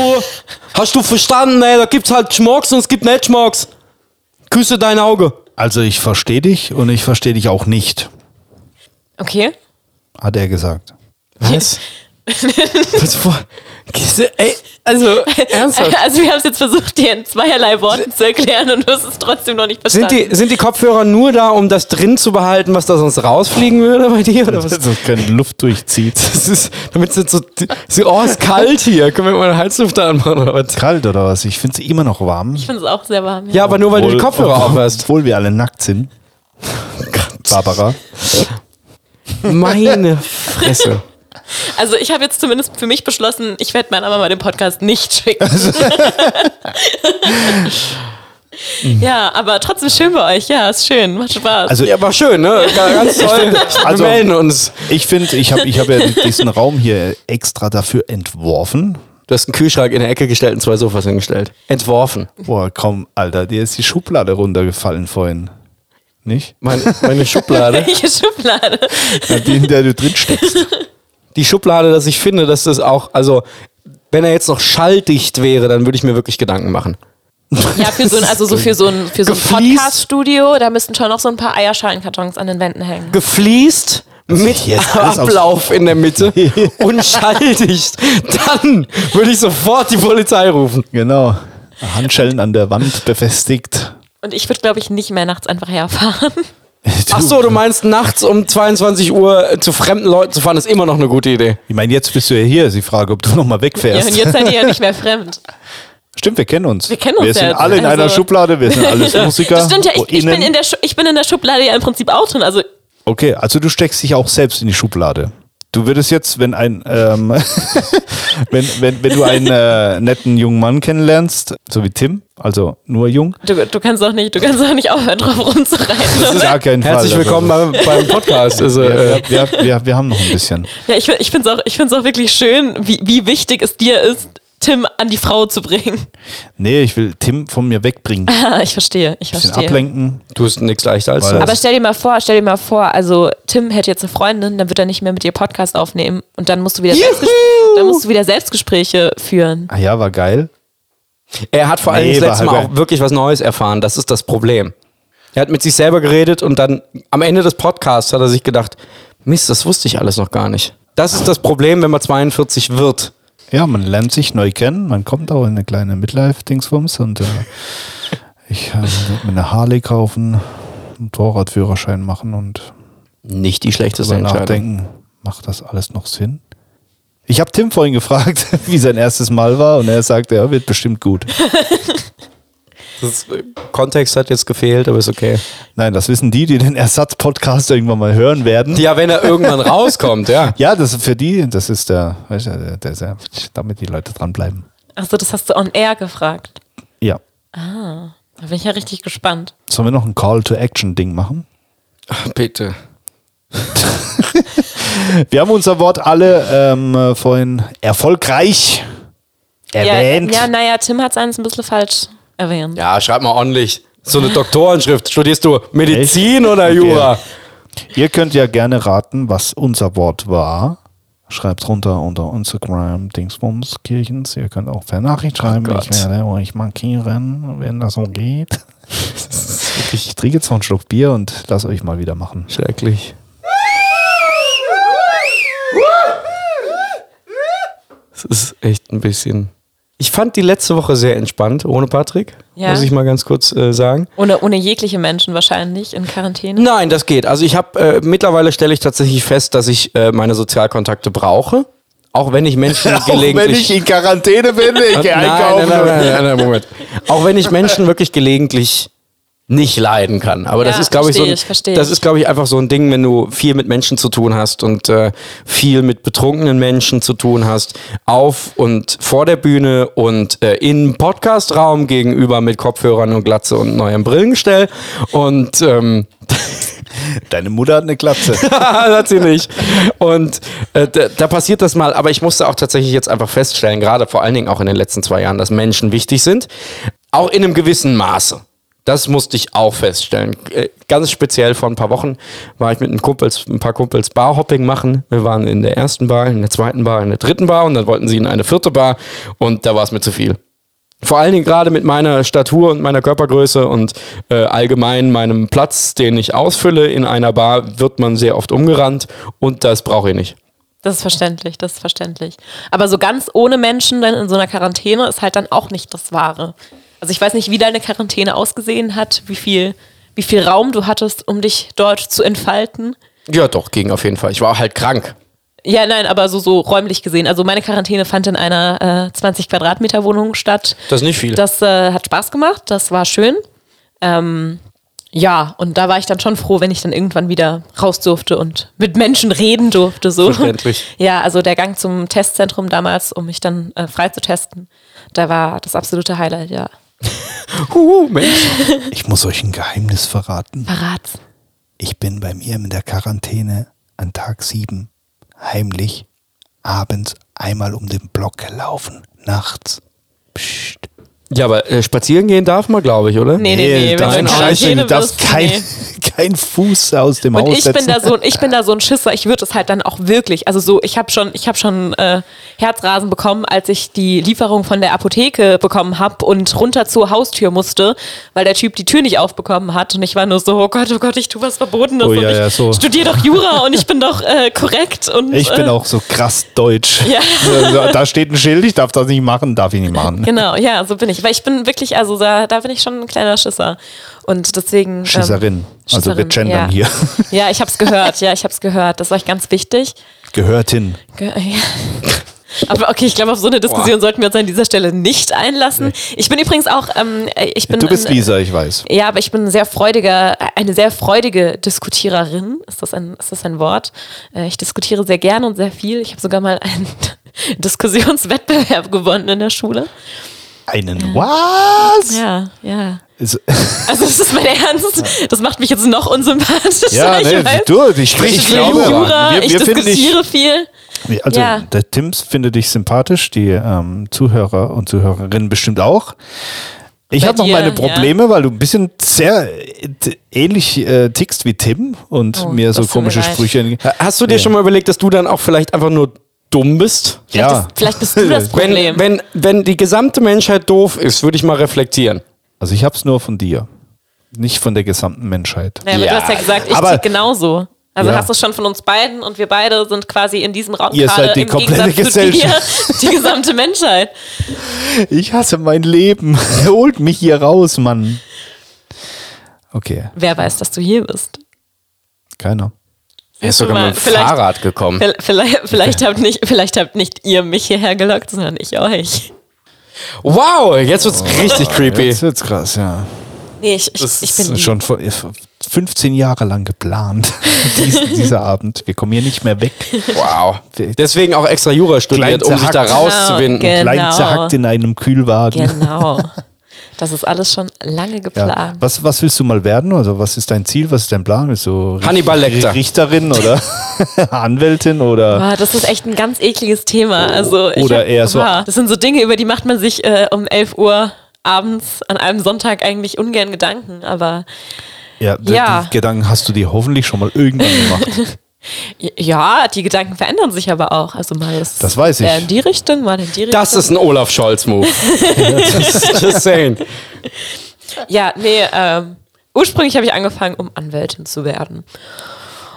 Speaker 2: Hast du verstanden, ey? Da gibt's halt Schmocks und es gibt nicht Schmocks. Küsse dein Auge.
Speaker 1: Also ich verstehe dich und ich verstehe dich auch nicht,
Speaker 3: Okay?
Speaker 1: hat er gesagt.
Speaker 2: Was? Was war? Ey,
Speaker 3: [laughs]
Speaker 2: also, ernsthaft.
Speaker 3: Also wir haben es jetzt versucht, dir in zweierlei Worten zu erklären und du hast es trotzdem noch nicht
Speaker 2: Sind
Speaker 3: verstanden.
Speaker 2: die, sind die Kopfhörer nur da, um das drin zu behalten, was da sonst rausfliegen würde bei dir? Oder was?
Speaker 1: Dass es keine Luft durchzieht.
Speaker 2: [laughs] Das ist, damit es nicht so, so. Oh, ist kalt hier. Können wir mal einen Heizlüfter anmachen oder was?
Speaker 1: Kalt oder was? Ich finde sie immer noch warm.
Speaker 3: ich finde es auch sehr warm.
Speaker 2: Ja, aber nur weil du die
Speaker 1: Obwohl-
Speaker 2: Kopfhörer [laughs]
Speaker 1: obwohl-
Speaker 2: aufhörst.
Speaker 1: Obwohl wir alle nackt
Speaker 3: [laughs]
Speaker 1: sind. Barbara.
Speaker 2: Meine Fresse.
Speaker 3: Also ich habe jetzt zumindest für mich beschlossen, ich werde meiner Mama den Podcast nicht schicken.
Speaker 2: Also
Speaker 3: [laughs] ja, aber trotzdem schön bei euch. Ja, ist schön. Macht Spaß.
Speaker 1: Also,
Speaker 2: Ja, war schön, ne? Ganz toll.
Speaker 1: Also-
Speaker 2: wir melden uns.
Speaker 1: ich finde, ich habe ich hab ja diesen Raum hier extra dafür entworfen.
Speaker 2: Du hast einen Kühlschrank in der Ecke gestellt und zwei Sofas hingestellt. Entworfen.
Speaker 1: Boah, komm, Alter, dir ist die Schublade runtergefallen vorhin. Nicht?
Speaker 2: Meine, meine
Speaker 1: [laughs]
Speaker 2: Schublade.
Speaker 3: [laughs] Welche Schublade?
Speaker 1: Die, in der du drin
Speaker 3: [laughs]
Speaker 1: steckst.
Speaker 2: Die Schublade, dass ich finde, dass das auch, also, wenn er jetzt noch schalldicht wäre, dann würde ich mir wirklich Gedanken machen.
Speaker 3: Ja, für so ein, also so für so ein, für so ein
Speaker 2: Gefliest.
Speaker 3: Podcast-Studio, da müssten schon noch so ein paar Eierschalenkartons an den Wänden hängen.
Speaker 2: Gefliest mit
Speaker 1: hier jetzt alles aus-
Speaker 2: Ablauf in
Speaker 1: [laughs]
Speaker 2: der Mitte und schalldicht. Dann würde ich sofort die Polizei rufen.
Speaker 1: Genau. Handschellen an der Wand befestigt.
Speaker 3: Und ich würde, glaube ich, nicht mehr nachts einfach herfahren.
Speaker 2: Ach so, du meinst nachts um 22 Uhr zu fremden Leuten zu fahren, ist immer noch eine gute Idee.
Speaker 1: Ich meine, jetzt bist du ja hier. Ist die Frage, ob du nochmal
Speaker 3: Ja,
Speaker 1: wegfährst.
Speaker 3: und
Speaker 2: [laughs]
Speaker 3: jetzt seid ihr ja nicht mehr fremd.
Speaker 1: Stimmt, wir kennen uns.
Speaker 3: Wir kennen uns
Speaker 1: Wir sind
Speaker 3: ja jetzt,
Speaker 1: alle in einer
Speaker 3: also-
Speaker 1: Schublade. Wir sind
Speaker 3: [laughs]
Speaker 1: alles Musiker.
Speaker 3: Das stimmt ja, ich, ich, bin
Speaker 1: innen.
Speaker 3: in der Schu ich bin in der Schublade ja im Prinzip auch drin. Also
Speaker 1: Okay, also du steckst dich auch selbst in die Schublade. Du würdest jetzt, wenn ein, ähm, [laughs] wenn, wenn, wenn du einen äh, netten jungen Mann kennenlernst, so wie Tim, also nur jung,
Speaker 3: du, du kannst auch nicht, du kannst auch nicht aufhören, drauf rumzureiten.
Speaker 1: das ist gar kein Fall.
Speaker 2: Herzlich willkommen beim, beim Podcast. Also, äh,
Speaker 1: Also, wir, wir, wir, wir haben noch ein bisschen.
Speaker 3: Ja, ich, fi- ich finde es auch, ich find's auch wirklich schön, wie, wie wichtig es dir ist, Tim an die Frau zu bringen.
Speaker 1: Nee, ich will Tim von mir wegbringen. Ein
Speaker 3: [laughs] Ah, ich verstehe, ich
Speaker 1: bisschen
Speaker 3: verstehe.
Speaker 1: ablenken.
Speaker 2: du hast nichts leichter als
Speaker 1: Weil
Speaker 2: das.
Speaker 1: das-
Speaker 3: Aber stell dir mal vor, stell dir mal vor, also Tim hätte jetzt eine Freundin, dann wird er nicht mehr mit ihr Podcast aufnehmen und dann musst du wieder,
Speaker 2: Juhu!
Speaker 3: Selbstges dann musst du wieder Selbstgespräche führen.
Speaker 1: Ah ja, war geil.
Speaker 2: Er hat vor allem
Speaker 1: Nee,
Speaker 2: das
Speaker 1: war
Speaker 2: letzte
Speaker 1: halt
Speaker 2: Mal
Speaker 1: ein-
Speaker 2: auch wirklich was Neues erfahren. Das ist das Problem. Er hat mit sich selber geredet und dann am Ende des Podcasts hat er sich gedacht, Mist, das wusste ich alles noch gar nicht. Das ist das Problem, wenn man 42 wird.
Speaker 1: Ja, man lernt sich neu kennen, man kommt auch in eine kleine Midlife-Dingsbums und äh, ich äh, werd mir eine Harley kaufen, einen Torradführerschein machen und
Speaker 2: Nicht die schlechteste
Speaker 1: darüber
Speaker 2: Entscheidung.
Speaker 1: nachdenken, macht das alles noch Sinn? Ich habe Tim vorhin gefragt, [laughs] wie sein erstes Mal war und er sagte, ja, wird bestimmt gut.
Speaker 2: Das, äh, Kontext hat jetzt gefehlt, aber ist okay.
Speaker 1: Nein, das wissen die, die den Ersatz-Podcast irgendwann mal hören werden.
Speaker 2: Ja, wenn er irgendwann rauskommt, ja.
Speaker 1: Ja, das ist für die, das ist der, weißt du, der, der, der damit die Leute dranbleiben.
Speaker 3: Achso, Also, das hast du on air gefragt.
Speaker 1: Ja.
Speaker 3: Da bin ich ja richtig gespannt.
Speaker 1: Sollen wir noch ein Call-to-Action-Ding machen?
Speaker 2: Ach, bitte.
Speaker 1: Wir haben unser Wort alle ähm, äh, vorhin erfolgreich erwähnt.
Speaker 3: Ja, ja naja, Tim hat es eines ein bisschen falsch erwähnt.
Speaker 2: Ja, schreib mal ordentlich. So eine Doktorenschrift. Studierst du Medizin oder Jura?
Speaker 1: Ihr könnt ja gerne raten, was unser Wort war. Schreibt runter unter Instagram Dingsbums Kirchens. Ihr könnt auch per Nachricht schreiben. ich
Speaker 2: Gott.
Speaker 1: werde euch markieren, wenn das so geht. Ich trinke jetzt noch einen Schluck Bier und lass euch mal wieder machen.
Speaker 2: Schrecklich. Es ist echt ein bisschen. Ich fand die letzte Woche sehr entspannt, ohne Patrick.
Speaker 3: Ja.
Speaker 2: Muss ich mal ganz kurz äh, sagen.
Speaker 3: Ohne, ohne jegliche Menschen wahrscheinlich in Quarantäne.
Speaker 2: Nein, das geht. Also ich habe äh, mittlerweile stelle ich tatsächlich fest, dass ich äh, meine Sozialkontakte brauche, [laughs] auch wenn ich Menschen gelegentlich
Speaker 1: in Quarantäne bin, ich
Speaker 2: Äh, nein, nein, nein, nein, nein, nein, Moment. Auch wenn ich Menschen wirklich gelegentlich nicht leiden kann. Aber das
Speaker 3: Ja,
Speaker 2: ist, glaube ich, so ein,
Speaker 3: verstehe ich, verstehe
Speaker 2: das
Speaker 3: ich.
Speaker 2: ist, glaube ich, einfach so ein Ding, wenn du viel mit Menschen zu tun hast und äh, viel mit betrunkenen Menschen zu tun hast, auf und vor der Bühne und äh, im Podcastraum gegenüber mit Kopfhörern und Glatze und neuem Brillengestell. Und ähm,
Speaker 1: Deine Mutter hat eine Glatze.
Speaker 2: [laughs] hat sie nicht. Und äh, da, da passiert das mal. Aber ich musste auch tatsächlich jetzt einfach feststellen, gerade vor allen Dingen auch in den letzten zwei Jahren, dass Menschen wichtig sind. Auch in einem gewissen Maße. Das musste ich auch feststellen. Äh, Ganz speziell vor ein paar Wochen war ich mit einem Kumpels, ein paar Kumpels Barhopping machen. Wir waren in der ersten Bar, in der zweiten Bar, in der dritten Bar und dann wollten sie in eine vierte Bar und da war es mir zu viel. Vor allen Dingen gerade mit meiner Statur und meiner Körpergröße und äh, allgemein meinem Platz, den ich ausfülle in einer Bar, wird man sehr oft umgerannt und das brauche ich nicht.
Speaker 3: Das ist verständlich, das ist verständlich. Aber so ganz ohne Menschen dann in so einer Quarantäne ist halt dann auch nicht das Wahre. Also ich weiß nicht, wie deine Quarantäne ausgesehen hat, wie viel, wie viel Raum du hattest, um dich dort zu entfalten.
Speaker 2: Ja, doch, ging auf jeden Fall. Ich war halt krank.
Speaker 3: Ja, nein, aber so, so räumlich gesehen. Also meine Quarantäne fand in einer äh, 20 Quadratmeter Wohnung statt.
Speaker 2: Das ist nicht viel.
Speaker 3: Das äh, hat Spaß gemacht, das war schön. Ähm, ja, und da war ich dann schon froh, wenn ich dann irgendwann wieder raus durfte und mit Menschen reden durfte. So.
Speaker 2: Verständlich.
Speaker 3: [laughs] Ja, also der Gang zum Testzentrum damals, um mich dann äh, frei zu testen, da war das absolute Highlight, ja.
Speaker 2: [laughs] Huhu, Mensch.
Speaker 1: Ich muss euch ein Geheimnis verraten.
Speaker 3: Verrat's.
Speaker 1: Ich bin bei mir in der Quarantäne an Tag 7 heimlich abends einmal um den Block gelaufen. Nachts. Psst.
Speaker 2: Ja, aber äh, spazieren gehen darf man, glaube ich, oder?
Speaker 3: Nee, nee, nee. wenn du in
Speaker 1: nein, Scheiße,
Speaker 3: Quarantäne
Speaker 1: du darfst
Speaker 3: bist,
Speaker 1: kein,
Speaker 3: nee.
Speaker 1: kein Fuß aus dem
Speaker 3: Und
Speaker 1: Haus
Speaker 3: ich
Speaker 1: setzen.
Speaker 3: bin, da so, ich bin da so ein Schisser, ich würde es halt dann auch wirklich, also so, ich habe schon, ich hab schon äh, Herzrasen bekommen, als ich die Lieferung von der Apotheke bekommen habe und runter zur Haustür musste, weil der Typ die Tür nicht aufbekommen hat und ich war nur so, oh Gott, oh Gott, ich tue was Verbotenes
Speaker 1: Oh,
Speaker 3: und
Speaker 1: ja,
Speaker 3: ich
Speaker 1: ja, so.
Speaker 3: studiere doch Jura und ich bin doch äh, korrekt und
Speaker 1: ich bin
Speaker 3: äh,
Speaker 1: auch so krass deutsch.
Speaker 3: Ja.
Speaker 1: So, Da steht ein Schild, ich darf das nicht machen, darf ich nicht machen.
Speaker 3: Genau, ja, so bin ich. Weil ich bin wirklich, also da, da bin ich schon ein kleiner Schisser. Und deswegen. ähm,
Speaker 1: Schisserin. Also wir gendern hier.
Speaker 3: ja. Ja, ich hab's gehört, ja, ich hab's gehört. Das war ich ganz wichtig.
Speaker 1: Gehört hin.
Speaker 3: Ge [laughs] ja. Aber okay, ich glaube, auf so eine Diskussion sollten wir uns an dieser Stelle nicht einlassen. Ich bin übrigens auch, ähm, ich bin.
Speaker 1: Du bist
Speaker 3: ein,
Speaker 1: Lisa, ich weiß.
Speaker 3: ja, aber ich bin ein sehr freudiger, eine sehr freudige Diskutiererin. Ist das ein, ist das ein Wort? Äh, Ich diskutiere sehr gerne und sehr viel. Ich habe sogar mal einen [laughs] Diskussionswettbewerb gewonnen in der Schule.
Speaker 1: Einen was?
Speaker 3: Ja, ja. [laughs]
Speaker 1: Ist-
Speaker 3: Also das ist mein Ernst. Das macht mich jetzt noch unsympathischer.
Speaker 1: Ja,
Speaker 3: ich
Speaker 1: nee,
Speaker 3: weiß.
Speaker 1: du, ich, ich,
Speaker 3: ich studiere
Speaker 1: glaube,
Speaker 3: Jura,
Speaker 1: wir,
Speaker 3: ich
Speaker 1: wir finden dich
Speaker 3: diskutiere viel.
Speaker 1: Nee, Also
Speaker 3: Ja.
Speaker 1: der Tims findet dich sympathisch, die ähm, Zuhörer und Zuhörerinnen bestimmt auch. Ich
Speaker 3: Bei
Speaker 1: habe noch
Speaker 3: dir,
Speaker 1: meine Probleme, weil du ein bisschen sehr äh, t- ähnlich äh, tickst wie Tim und
Speaker 3: Oh,
Speaker 1: mir so
Speaker 3: das tut mir
Speaker 1: komische
Speaker 3: leid.
Speaker 1: Sprüche. entge-
Speaker 2: Äh, Hast du dir schon mal überlegt, dass du dann auch vielleicht einfach nur dumm bist?
Speaker 3: Vielleicht,
Speaker 1: Ja.
Speaker 3: ist, vielleicht bist du das
Speaker 2: Wenn,
Speaker 3: Problem.
Speaker 2: wenn, wenn die gesamte Menschheit doof ist, würde ich mal reflektieren.
Speaker 1: Also ich hab's nur von dir. Nicht von der gesamten Menschheit.
Speaker 3: naja, aber
Speaker 2: Ja.
Speaker 3: du hast ja gesagt, ich
Speaker 1: Aber-
Speaker 3: tick genauso. Also
Speaker 1: Ja.
Speaker 3: hast du es schon von uns beiden und wir beide sind quasi in diesem Raum
Speaker 1: Ihr
Speaker 3: gerade
Speaker 1: seid die
Speaker 3: im
Speaker 1: komplette
Speaker 3: Gegensatz
Speaker 1: Gesellschaft.
Speaker 3: zu dir die gesamte Menschheit.
Speaker 1: Ich hasse mein Leben. [laughs] Holt mich hier raus, Mann. Okay,
Speaker 3: Wer weiß, dass du hier bist?
Speaker 1: keiner.
Speaker 2: Er ist sogar mit dem
Speaker 3: Vielleicht-
Speaker 2: Fahrrad gekommen.
Speaker 3: Vielleicht, vielleicht, vielleicht, habt nicht, vielleicht habt nicht ihr mich hierher gelockt, sondern ich euch.
Speaker 2: Wow, jetzt wird's richtig creepy.
Speaker 1: Jetzt wird's krass, ja.
Speaker 3: Nee, ich, ich,
Speaker 2: Das
Speaker 3: ich
Speaker 1: Das
Speaker 3: bin
Speaker 1: ist schon vor- 15 Jahre lang geplant, [laughs] dies, dieser Abend. Wir kommen hier nicht mehr weg.
Speaker 2: Wow. Deswegen auch extra Jura studiert, um sich da
Speaker 1: Kleinzerhackt.
Speaker 2: rauszuwinden.
Speaker 3: Genau.
Speaker 1: Klein zerhackt in einem Kühlwagen.
Speaker 3: Genau. Das ist alles schon
Speaker 1: [laughs]
Speaker 3: lange
Speaker 1: Ja.
Speaker 3: geplant.
Speaker 1: Was, was willst du mal werden? Also, was ist dein Ziel? Was ist dein Plan? Willst du Richt-
Speaker 2: Hannibal Lecter.
Speaker 1: Richterin oder [laughs] Anwältin oder
Speaker 3: Boah, Ah, das ist echt ein ganz ekliges Thema. Also ich
Speaker 1: Oder
Speaker 3: hab-
Speaker 1: eher so-
Speaker 3: Boah, Das sind so Dinge, über die macht man sich äh, um 11 Uhr abends an einem Sonntag eigentlich ungern Gedanken. Aber
Speaker 1: Ja, d-
Speaker 3: Ja.
Speaker 1: die Gedanken hast du dir hoffentlich schon mal irgendwann gemacht.
Speaker 3: j- ja, die Gedanken verändern sich aber auch. Also mal ist
Speaker 1: Das weiß ich.
Speaker 3: äh, in die Richtung, mal in die Richtung.
Speaker 2: Das ist ein
Speaker 1: [laughs]
Speaker 2: Olaf Scholz-Move. Just saying.
Speaker 3: ja, nee, ähm, ursprünglich habe ich angefangen, um Anwältin zu werden.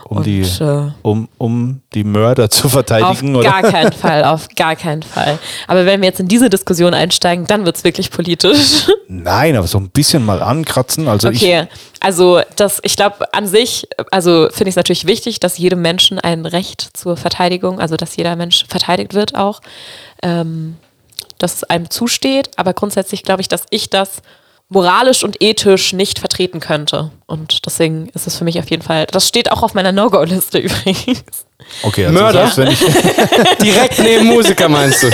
Speaker 1: Um, die,
Speaker 3: Und, äh,
Speaker 1: um, um die Mörder zu
Speaker 3: Auf
Speaker 1: verteidigen. [laughs]
Speaker 3: gar
Speaker 1: Oder?
Speaker 3: keinen Fall, auf gar keinen Fall. Aber wenn wir jetzt in diese Diskussion einsteigen, dann wird es wirklich politisch.
Speaker 1: Nein, aber so ein bisschen mal ankratzen. Also
Speaker 3: Okay, also das, ich glaube an sich, also finde ich es natürlich wichtig, dass jedem Menschen ein Recht zur Verteidigung, also dass jeder Mensch verteidigt wird auch, ähm, dass es einem zusteht. Aber grundsätzlich glaube ich, dass ich das moralisch und ethisch nicht vertreten könnte. Und deswegen ist es für mich auf jeden Fall, das steht auch auf meiner No-Go-Liste [laughs] übrigens.
Speaker 1: ich, okay, also
Speaker 2: Mörder?
Speaker 1: selbst
Speaker 2: [laughs]
Speaker 1: wenn ich,
Speaker 2: Direkt neben
Speaker 1: [laughs]
Speaker 2: Musiker meinst du?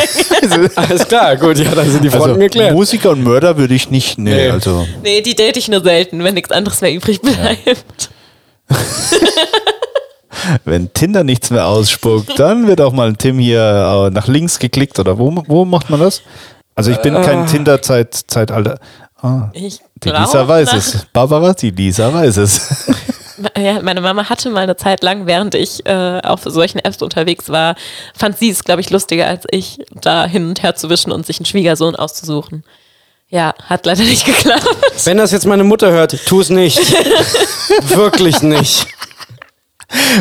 Speaker 2: Alles klar, gut, ja, dann sind die Fronten
Speaker 1: also
Speaker 2: geklärt.
Speaker 1: Musiker und Mörder würde ich nicht. Nee,
Speaker 2: Nee.
Speaker 1: also
Speaker 3: Nee, die date ich nur selten, wenn nichts anderes mehr übrig bleibt.
Speaker 1: wenn Tinder nichts mehr ausspuckt, dann wird auch mal ein Tim hier äh, nach links geklickt oder wo, wo macht man das? Also ich bin
Speaker 2: Ah.
Speaker 1: kein Tinder-Zeitalter. Ah,
Speaker 3: Ich
Speaker 1: die
Speaker 3: glaub,
Speaker 1: Lisa weiß
Speaker 3: nach-
Speaker 2: ne?
Speaker 1: es. Barbara, die Lisa weiß
Speaker 2: [laughs]
Speaker 1: es.
Speaker 3: [laughs] Ja, meine Mama hatte mal eine Zeit lang, während ich äh, auf solchen Apps unterwegs war, fand sie es, glaube ich, lustiger als ich, da hin und her zu wischen und sich einen Schwiegersohn auszusuchen. Ja, hat leider nicht [laughs] geklappt.
Speaker 2: Wenn das jetzt meine Mutter hört, tu
Speaker 1: [laughs]
Speaker 2: es nicht. Wirklich nicht.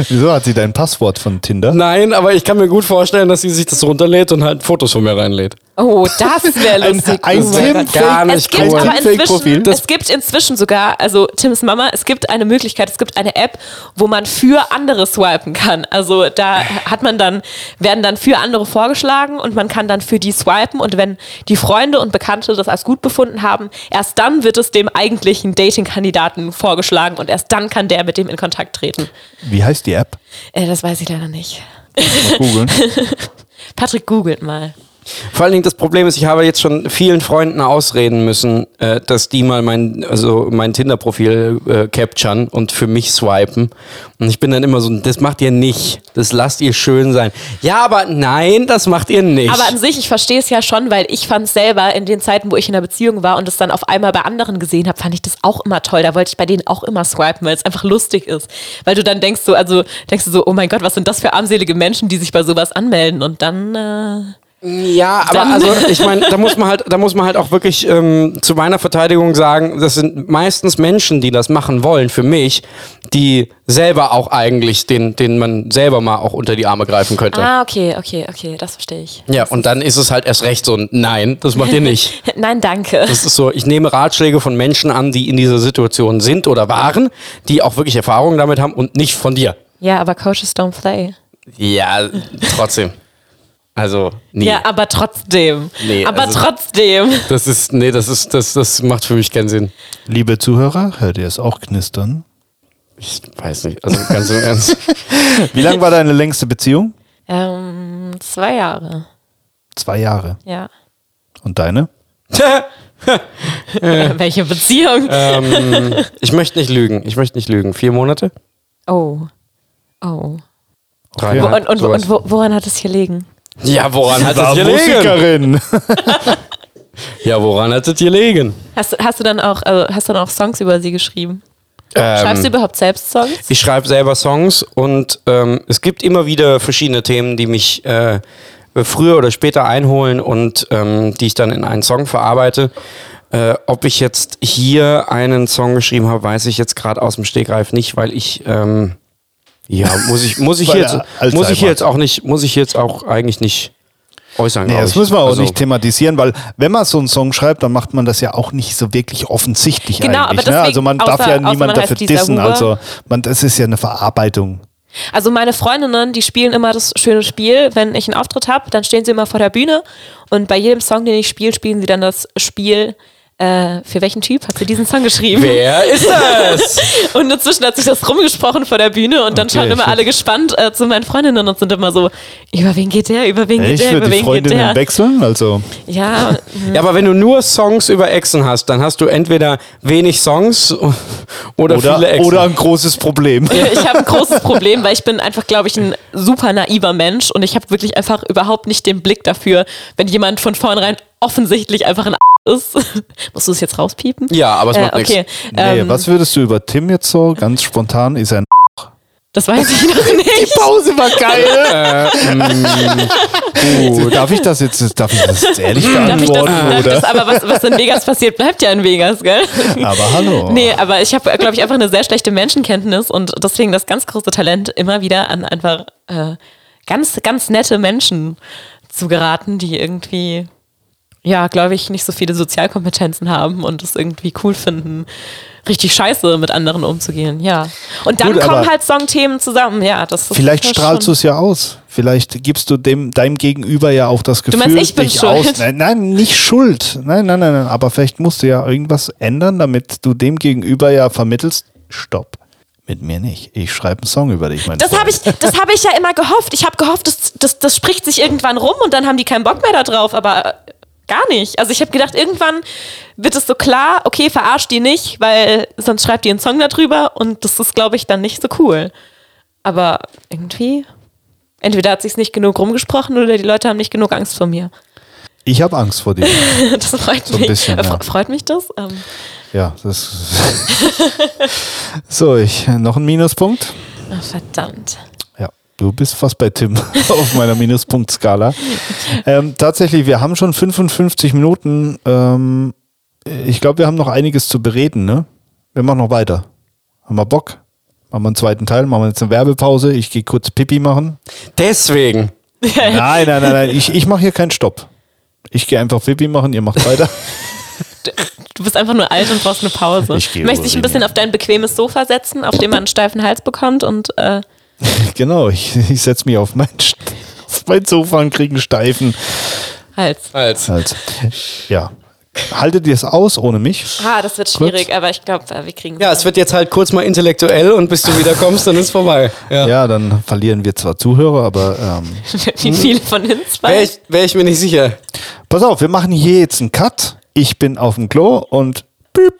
Speaker 1: Wieso hat sie dein Passwort von Tinder?
Speaker 2: Nein, aber ich kann mir gut vorstellen, dass sie sich das runterlädt und halt Fotos von mir reinlädt.
Speaker 3: Oh, das wäre lustig.
Speaker 1: ein
Speaker 3: Oh
Speaker 1: Tim
Speaker 3: mein Gott.
Speaker 2: gar
Speaker 3: es
Speaker 2: nicht
Speaker 3: gibt
Speaker 2: cool.
Speaker 3: aber
Speaker 1: Ein Fake-Profil.
Speaker 3: inzwischen, es gibt inzwischen sogar, also Tims Mama, es gibt eine Möglichkeit, es gibt eine App, wo man für andere swipen kann. Also da hat man dann, werden dann für andere vorgeschlagen und man kann dann für die swipen und wenn die Freunde und Bekannte das als gut befunden haben, erst dann wird es dem eigentlichen Dating-Kandidaten vorgeschlagen und erst dann kann der mit dem in Kontakt treten.
Speaker 1: Wie heißt die App?
Speaker 3: Äh, das weiß ich leider nicht.
Speaker 1: Mal googeln.
Speaker 3: Patrick googelt mal.
Speaker 2: Vor allen Dingen das Problem ist, ich habe jetzt schon vielen Freunden ausreden müssen, äh, dass die mal mein, also mein Tinder-Profil äh, capturen und für mich swipen. Und ich bin dann immer so, das macht ihr nicht. Das lasst ihr schön sein. Ja, aber nein, das macht ihr nicht.
Speaker 3: Aber an sich, ich verstehe es ja schon, weil ich fand es selber in den Zeiten, wo ich in einer Beziehung war und es dann auf einmal bei anderen gesehen habe, fand ich das auch immer toll. Da wollte ich bei denen auch immer swipen, weil es einfach lustig ist. Weil du dann denkst so, also denkst du so, oh mein Gott, was sind das für armselige Menschen, die sich bei sowas anmelden? Und dann, äh,
Speaker 2: Ja, aber
Speaker 3: Dann-
Speaker 2: also ich meine, da muss man halt, da muss man halt auch wirklich ähm, zu meiner Verteidigung sagen, das sind meistens Menschen, die das machen wollen für mich, die selber auch eigentlich, den, den man selber mal auch unter die Arme greifen könnte.
Speaker 3: ah, okay, okay, okay, das verstehe ich.
Speaker 2: Ja, und dann ist es halt erst recht so ein Nein, das macht ihr
Speaker 3: [laughs]
Speaker 2: nicht.
Speaker 3: Nein, danke.
Speaker 2: Das ist so, ich nehme Ratschläge von Menschen an, die in dieser Situation sind oder waren, die auch wirklich Erfahrungen damit haben und nicht von dir.
Speaker 3: Ja, aber Coaches don't play.
Speaker 2: Ja, trotzdem. Also, nee.
Speaker 3: Ja, aber trotzdem.
Speaker 2: Nee,
Speaker 3: aber
Speaker 2: also-
Speaker 3: trotzdem.
Speaker 2: Das ist, nee, das ist, das, das macht für mich keinen Sinn.
Speaker 1: Liebe Zuhörer, hört ihr es auch knistern?
Speaker 2: Ich weiß nicht, also ganz im
Speaker 3: [laughs]
Speaker 2: Ernst.
Speaker 1: Wie lang war deine längste Beziehung?
Speaker 3: Ähm, zwei Jahre,
Speaker 1: Zwei Jahre.
Speaker 3: ja.
Speaker 1: Und deine?
Speaker 3: Äh, [laughs] Welche Beziehung?
Speaker 2: ähm, ich möchte nicht lügen, ich möchte nicht lügen. Vier Monate?
Speaker 3: Oh. Oh.
Speaker 2: Drei
Speaker 1: Ja,
Speaker 3: und und, und wo, woran hat es hier liegen?
Speaker 2: Ja, woran hat
Speaker 1: War
Speaker 2: es gelegen?
Speaker 1: Musikerin.
Speaker 2: Ja, woran hat es gelegen?
Speaker 3: Hast, du- hast du dann auch, also hast du dann auch Songs über sie geschrieben? Schreibst du überhaupt selbst Songs?
Speaker 2: Ich schreibe selber Songs und ähm, es gibt immer wieder verschiedene Themen, die mich äh, früher oder später einholen und ähm, die ich dann in einen Song verarbeite. Äh, ob ich jetzt hier einen Song geschrieben habe, weiß ich jetzt gerade aus dem Stegreif nicht, weil ich ähm, ja muss ich muss
Speaker 1: [laughs]
Speaker 2: ich
Speaker 1: Weil
Speaker 2: jetzt
Speaker 1: er Alzheimer
Speaker 2: muss ich
Speaker 1: hat.
Speaker 2: jetzt auch nicht muss ich jetzt auch eigentlich nicht äußern.
Speaker 1: Nee,
Speaker 2: glaub
Speaker 1: das
Speaker 2: ich.
Speaker 1: müssen wir auch
Speaker 2: Also,
Speaker 1: nicht thematisieren, weil wenn man so einen Song schreibt, dann macht man das ja auch nicht so wirklich offensichtlich
Speaker 3: Genau, aber
Speaker 1: eigentlich. ne?
Speaker 3: deswegen-
Speaker 1: Also man darf
Speaker 3: außer-
Speaker 1: ja
Speaker 3: außer man
Speaker 1: niemand
Speaker 3: heißt
Speaker 1: dafür
Speaker 3: Lisa
Speaker 1: dissen.
Speaker 3: Huber.
Speaker 1: Also man, das ist ja eine Verarbeitung.
Speaker 3: Also meine Freundinnen, die spielen immer das schöne Spiel. Wenn ich einen Auftritt habe, dann stehen sie immer vor der Bühne und bei jedem Song, den ich spiele, spielen sie dann das Spiel. Äh, für welchen Typ hast du diesen Song geschrieben?
Speaker 2: Wer
Speaker 1: [laughs]
Speaker 2: ist das?
Speaker 3: [laughs] Und inzwischen hat sich das rumgesprochen vor der Bühne und dann
Speaker 2: Okay,
Speaker 3: schauen immer
Speaker 2: shit.
Speaker 3: alle gespannt äh, zu meinen Freundinnen und sind immer so, über wen geht der, über wen geht
Speaker 1: Ich
Speaker 3: der,
Speaker 1: würde
Speaker 3: über
Speaker 1: die
Speaker 3: wen geht der.
Speaker 1: Freundinnen wechseln. Also
Speaker 3: Ja,
Speaker 2: Ja, aber wenn du nur Songs über Echsen hast, dann hast du entweder wenig Songs [laughs] oder, viele
Speaker 1: oder,
Speaker 2: Echsen.
Speaker 1: oder ein großes Problem.
Speaker 3: [laughs] ich habe ein
Speaker 1: [laughs]
Speaker 3: großes Problem, weil ich bin einfach, glaube ich, ein super naiver Mensch und ich habe wirklich einfach überhaupt nicht den Blick dafür, wenn jemand von vornherein offensichtlich einfach ein [laughs] A ist. Musst du es jetzt rauspiepen?
Speaker 2: ja, aber es
Speaker 3: Äh,
Speaker 2: macht nichts.
Speaker 3: okay,
Speaker 1: [laughs] Nee,
Speaker 3: ähm,
Speaker 1: was würdest du über Tim jetzt so ganz spontan? Ist er ein [laughs]
Speaker 3: das weiß ich noch nicht.
Speaker 1: Pause war geil. ne?
Speaker 2: Äh, mm,
Speaker 1: [laughs]
Speaker 2: Gut.
Speaker 1: darf ich das jetzt, darf ich das jetzt ehrlich
Speaker 3: Darf ich das,
Speaker 1: beantworten?
Speaker 3: darf ich
Speaker 1: oder?
Speaker 3: das aber was, was in Vegas passiert, bleibt ja in Vegas, gell?
Speaker 1: [laughs] aber hallo.
Speaker 3: Nee, aber ich habe, glaube ich, einfach eine sehr schlechte Menschenkenntnis und deswegen das ganz große Talent, immer wieder an einfach äh, ganz, ganz nette Menschen zu geraten, die irgendwie, ja, glaube ich, nicht so viele Sozialkompetenzen haben und es irgendwie cool finden, richtig scheiße mit anderen umzugehen, ja. Und dann
Speaker 1: Gut,
Speaker 3: kommen
Speaker 1: aber-
Speaker 3: halt Songthemen zusammen, ja. Das ist
Speaker 1: Vielleicht
Speaker 3: das ist
Speaker 1: strahlst du
Speaker 3: schon-
Speaker 1: es ja aus. Vielleicht gibst du dem, deinem Gegenüber ja auch das Gefühl,
Speaker 3: meinst, ich bin
Speaker 1: dich
Speaker 3: schuld?
Speaker 1: aus. Nein, nein, nicht schuld. Nein, nein, nein, nein. Aber vielleicht musst du ja irgendwas ändern, damit du dem Gegenüber ja vermittelst, stopp. Mit mir nicht. Ich schreibe einen Song über dich, mein
Speaker 3: Das habe ich, das habe ich ja immer gehofft. Ich habe gehofft, das, das, das spricht sich irgendwann rum und dann haben die keinen Bock mehr da drauf, aber äh, gar nicht. Also ich habe gedacht, irgendwann wird es so klar, okay, verarscht die nicht, weil sonst schreibt ihr einen Song darüber und das ist, glaube ich, dann nicht so cool. Aber irgendwie, entweder hat sich's nicht genug rumgesprochen oder die Leute haben nicht genug Angst vor mir. [laughs]
Speaker 1: Ich habe Angst vor dir.
Speaker 3: Das freut
Speaker 1: ein
Speaker 3: mich.
Speaker 1: bisschen,
Speaker 3: Äh, fre-
Speaker 1: ja.
Speaker 3: Freut mich das? Ähm,
Speaker 1: Ja,
Speaker 3: [laughs]
Speaker 1: das. [laughs] so, ich noch ein Minuspunkt.
Speaker 3: ach, verdammt.
Speaker 1: Ja, du bist fast bei Tim [laughs] auf meiner Minuspunktskala. Ähm, tatsächlich, wir haben schon 55 Minuten. Ähm, ich glaube, wir haben noch einiges zu bereden. Ne? Wir machen noch weiter. Haben wir Bock? Machen wir einen zweiten Teil, machen wir jetzt eine Werbepause. Ich gehe kurz Pipi machen.
Speaker 2: Deswegen.
Speaker 1: Nein, nein, nein, nein. Ich, ich mache hier keinen Stopp. Ich gehe einfach Pipi machen, ihr macht weiter.
Speaker 3: Du bist einfach nur alt und brauchst eine Pause.
Speaker 1: Ich gehe
Speaker 3: Möchtest dich ein
Speaker 1: urinieren.
Speaker 3: bisschen auf dein bequemes Sofa setzen, auf dem man einen steifen Hals bekommt und äh,
Speaker 1: genau, ich, ich setze mich auf mein, St- auf mein Sofa und kriege einen Steifen.
Speaker 3: Hals.
Speaker 2: Als.
Speaker 1: Halt. Ja. Haltet ihr es aus ohne mich?
Speaker 3: Ah, das wird schwierig, aber ich glaube, wir kriegen [laughs]
Speaker 2: Ja, es wird jetzt halt kurz mal intellektuell und bis du wieder kommst, dann ist vorbei. Ja.
Speaker 1: Ja, dann verlieren wir zwar Zuhörer, aber ähm,
Speaker 3: wie viele von den
Speaker 2: Wäre
Speaker 3: zwei.
Speaker 2: Mhm. ich, wär ich mir nicht sicher.
Speaker 1: pass auf, wir machen hier jetzt einen Cut. Ich bin auf dem Klo und piep,